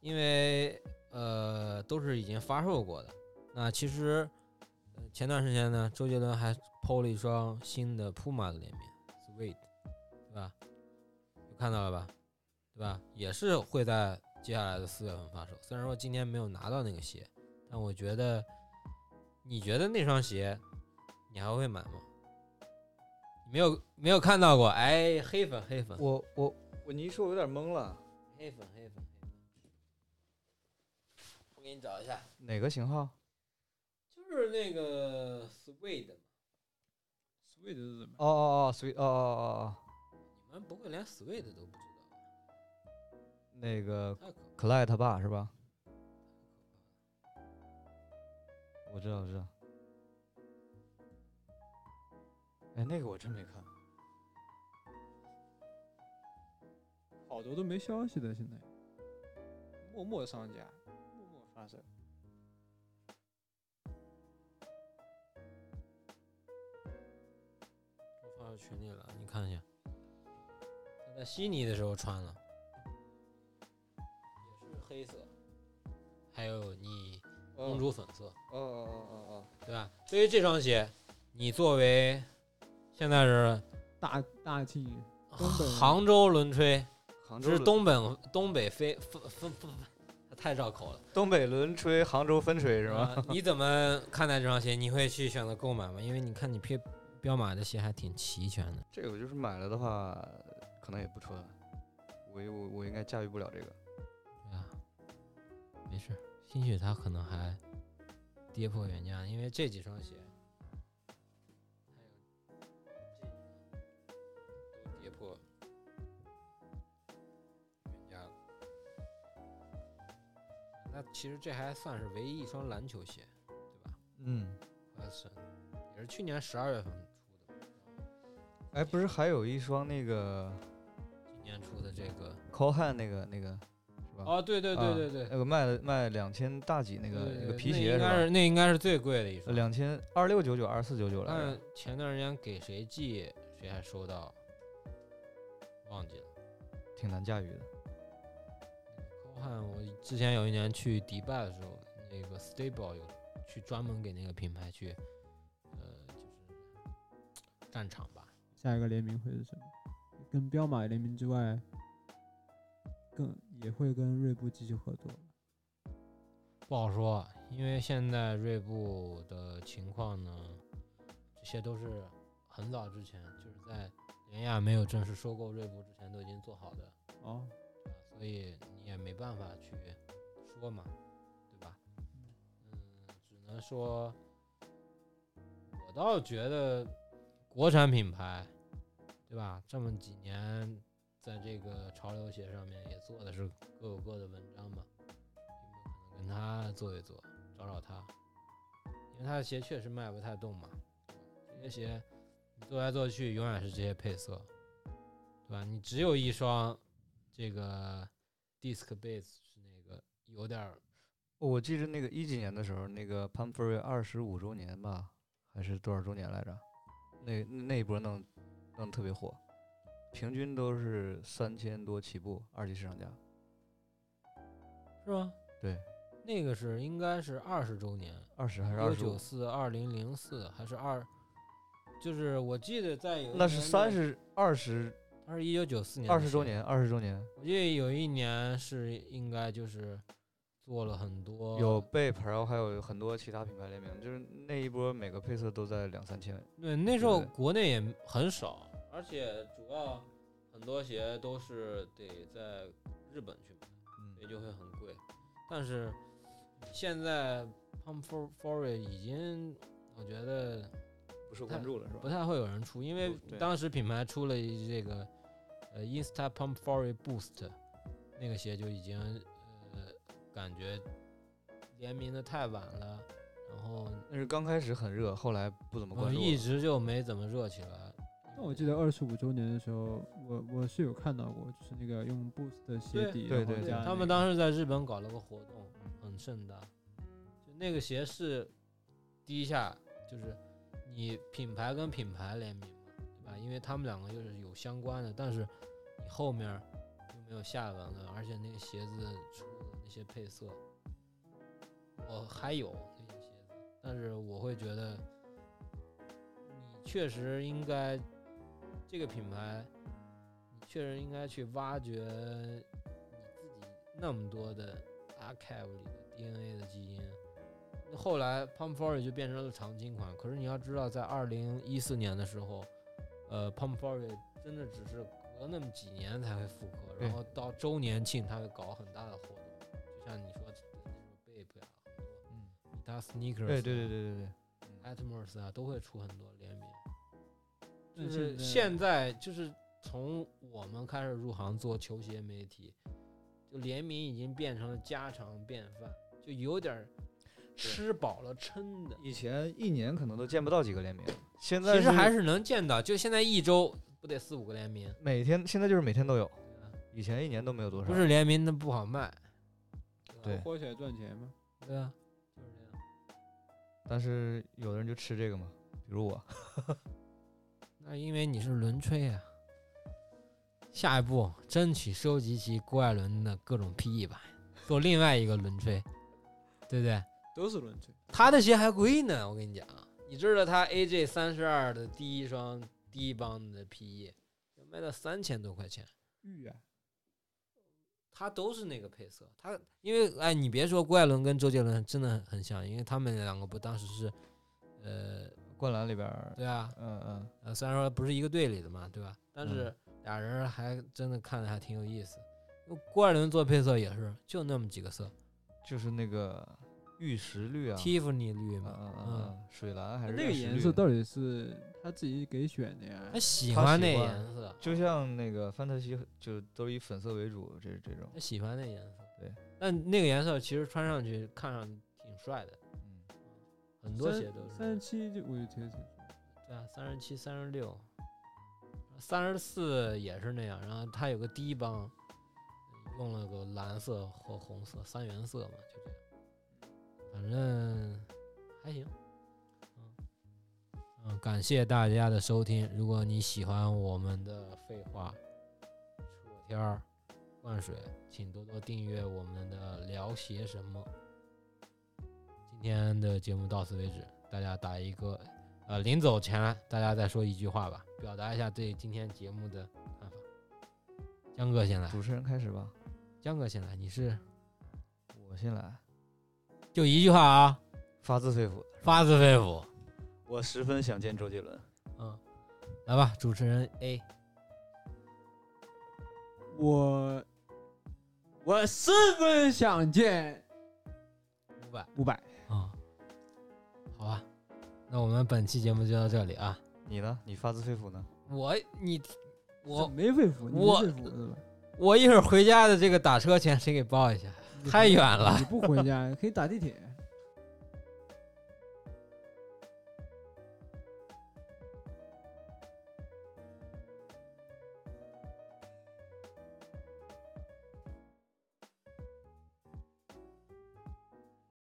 因为呃都是已经发售过的。那其实、呃、前段时间呢，周杰伦还抛了一双新的 Puma 的联名，Sweet，对吧？有看到了吧？对吧？也是会在接下来的四月份发售。虽然说今天没有拿到那个鞋，但我觉得，你觉得那双鞋你还会买吗？没有没有看到过，哎，黑粉黑粉我我我你一说，我有点懵了，黑粉黑粉黑粉，我给你找一下，哪个型号就是那个 Swede 嘛， Swede 是什么？哦哦哦，所以哦哦哦哦，你们不会连 Swede 都不知道，那个太可怕了。克莱他爸是吧？我知道，我知道。哎，那个我真没看。好多都没消息的，现在默默商家，默默发售。我发到群里了，你看一下。他在悉尼的时候穿了，也是黑色，嗯还有你公主粉色，哦哦哦对吧？对于这双鞋，你作为现在是大大庆东北杭州轮吹，哦哦，杭州是轮东北东北飞分分分，太绕口了，东北轮吹，杭州分吹是吗？呃你怎么看待这双鞋？你会去选择购买吗？因为你看你标彪马的鞋还挺齐全的。这个就是买了的话，可能也不穿。我我我应该驾驭不了这个。对啊，没事儿，兴许它可能还跌破原价，因为这几双鞋，还有这都跌破原价了。那其实这还算是唯一一双篮球鞋，对吧？嗯，还是也是去年十二月份出的，哎，不是还有一双那个今年出的这个。高汉那个那个是吧？哦，对对对啊对对，那个卖了卖两千大几那对个对那个对皮那鞋应该吧？呃是那应该是最贵的一双。两千二六九九二四九九来着。但前段时间给谁寄，谁还收到，忘记了。挺难驾驭的。高汉，我之前有一年去迪拜的时候，那个 Stable 有去专门给那个品牌去，呃，就是战场吧。下一个联名会是什么？跟彪马联名之外，更也会跟锐步继续合作。不好说，因为现在锐步的情况呢，这些都是很早之前，就是在联亚没有正式收购锐步之前都已经做好的。哦，啊所以你也没办法去说嘛，对吧？嗯，只能说，我倒觉得国产品牌，对吧？这么几年在这个潮流鞋上面也做的是各有各的文章嘛，有没有可能跟他做一做，找找他？因为他的鞋确实卖不太动嘛，这些鞋你做来做去永远是这些配色，对吧？你只有一双这个 disc base 是那个有点儿我记得那个一几年的时候，那个 Palm Free 二十五周年吧，还是多少周年来着？那那一波弄弄得特别火，平均都是三千多起步，二级市场价。是吗？对，那个是应该是二十周年，二十还是幺二十九五？四二零零四还是二，就是我记得在有一那是年三，十二十它是一九九四年二的十事周。年，二十周年我记得有一年是应该就是做了很多有 Bape，然后还有很多其他品牌联名，就是那一波每个配色都在两三千。对，那时候对国内也很少，而且主要很多鞋都是得在日本去买，嗯所以就会很贵。但是现在 Pump For For It 已经，我觉得不受关注了是不？太会有人出，因为不对当时品牌出了一这个呃 Insta Pump For It Boost 那个鞋就已经呃感觉联名的太晚了，然后但是刚开始很热，后来不怎么我关注一了直就没怎么热起来。但我记得二十五周年的时候，我我是有看到过，就是那个用 Boost 的鞋底，对然后对对加他啊那们个当时在日本搞了个活动，很盛大。就那个鞋是第一下，就是你品牌跟品牌联名嘛，对吧？因为他们两个又是有相关的，但是你后面儿就没有下文了。而且那个鞋子出的那些配色，我还有那些鞋子，但是我会觉得你确实应该这个品牌。你确实应该去挖掘你自己那么多的 archive 里的 DNA 的基因。那后来 Pump f o r y 就变成了常青款，可是你要知道，在二零一四年的时候，呃，Pump Forward 真的只是隔那么几年才会复刻，对然后到周年庆他会搞很大的活动，就像你说的那种 Bape 呀、嗯，很多 Sneakers，对对对对对对， Atmos 啊，都会出很多联名。那就现是在现在就是从我们开始入行做球鞋媒体，就联名已经变成了家常便饭，就有点儿吃饱了撑的。以前一年可能都见不到几个联名，现在其实还是是能见到，就现在一周不得四五个联名，每天，现在就是每天都有，以前一年都没有多少。不是联名那不好卖，对火起来赚钱嘛。对啊，就是这样。但是有的人就吃这个嘛，比如我。那因为你是轮吹啊。下一步争取收集齐郭艾伦的各种 PE 版，做另外一个轮吹，对不对？都是轮吹，他的鞋还贵呢，我跟你讲，你知道他 AJ 三十二的第一双低帮的 PE 卖到三千多块钱，玉啊，他都是那个配色。他因为哎，你别说郭艾伦跟周杰伦真的很很像，因为他们两个不当时是，呃，灌篮里边儿，对啊，嗯嗯，呃，虽然说不是一个队里的嘛，对吧？但是俩人还真的看着还挺有意思。郭艾伦做配色也是就那么几个色就是那个玉石绿啊， ，Tiffany 绿嗯嘛，嗯嗯嗯，嗯，水蓝还是那个玉石颜绿色到底是他自己给选的呀他？喜嗯他欢喜那欢颜色，就像那个范特西，就都以粉色为主，这这种，他喜欢那颜色。对，但那个颜色其实穿上去看上去挺帅的，嗯，很多鞋都是。三十七就我就觉得对啊，三十七、三十六、三十四也是那样。然后它有个低帮，用了个蓝色或红色三原色嘛，就这样。反正还行。嗯嗯，感谢大家的收听。如果你喜欢我们的废话、扯天儿、灌水，请多多订阅我们的聊鞋什么。今天的节目到此为止，大家打一个呃，临走前大家再说一句话吧，表达一下对今天节目的看法。江哥先来，主持人开始吧，江哥先来，你是我先来，就一句话啊，发自肺腑，发自肺腑。我十分想见周杰伦。嗯，来吧，主持人 A，我我十分想见五百五百，啊，好吧，那我们本期节目就到这里啊。你呢？你发自肺腑呢？我你这我没肺腑，你我没肺腑是吧？我一会儿回家的这个打车钱谁给报一下？太远了你不回家可以打地铁。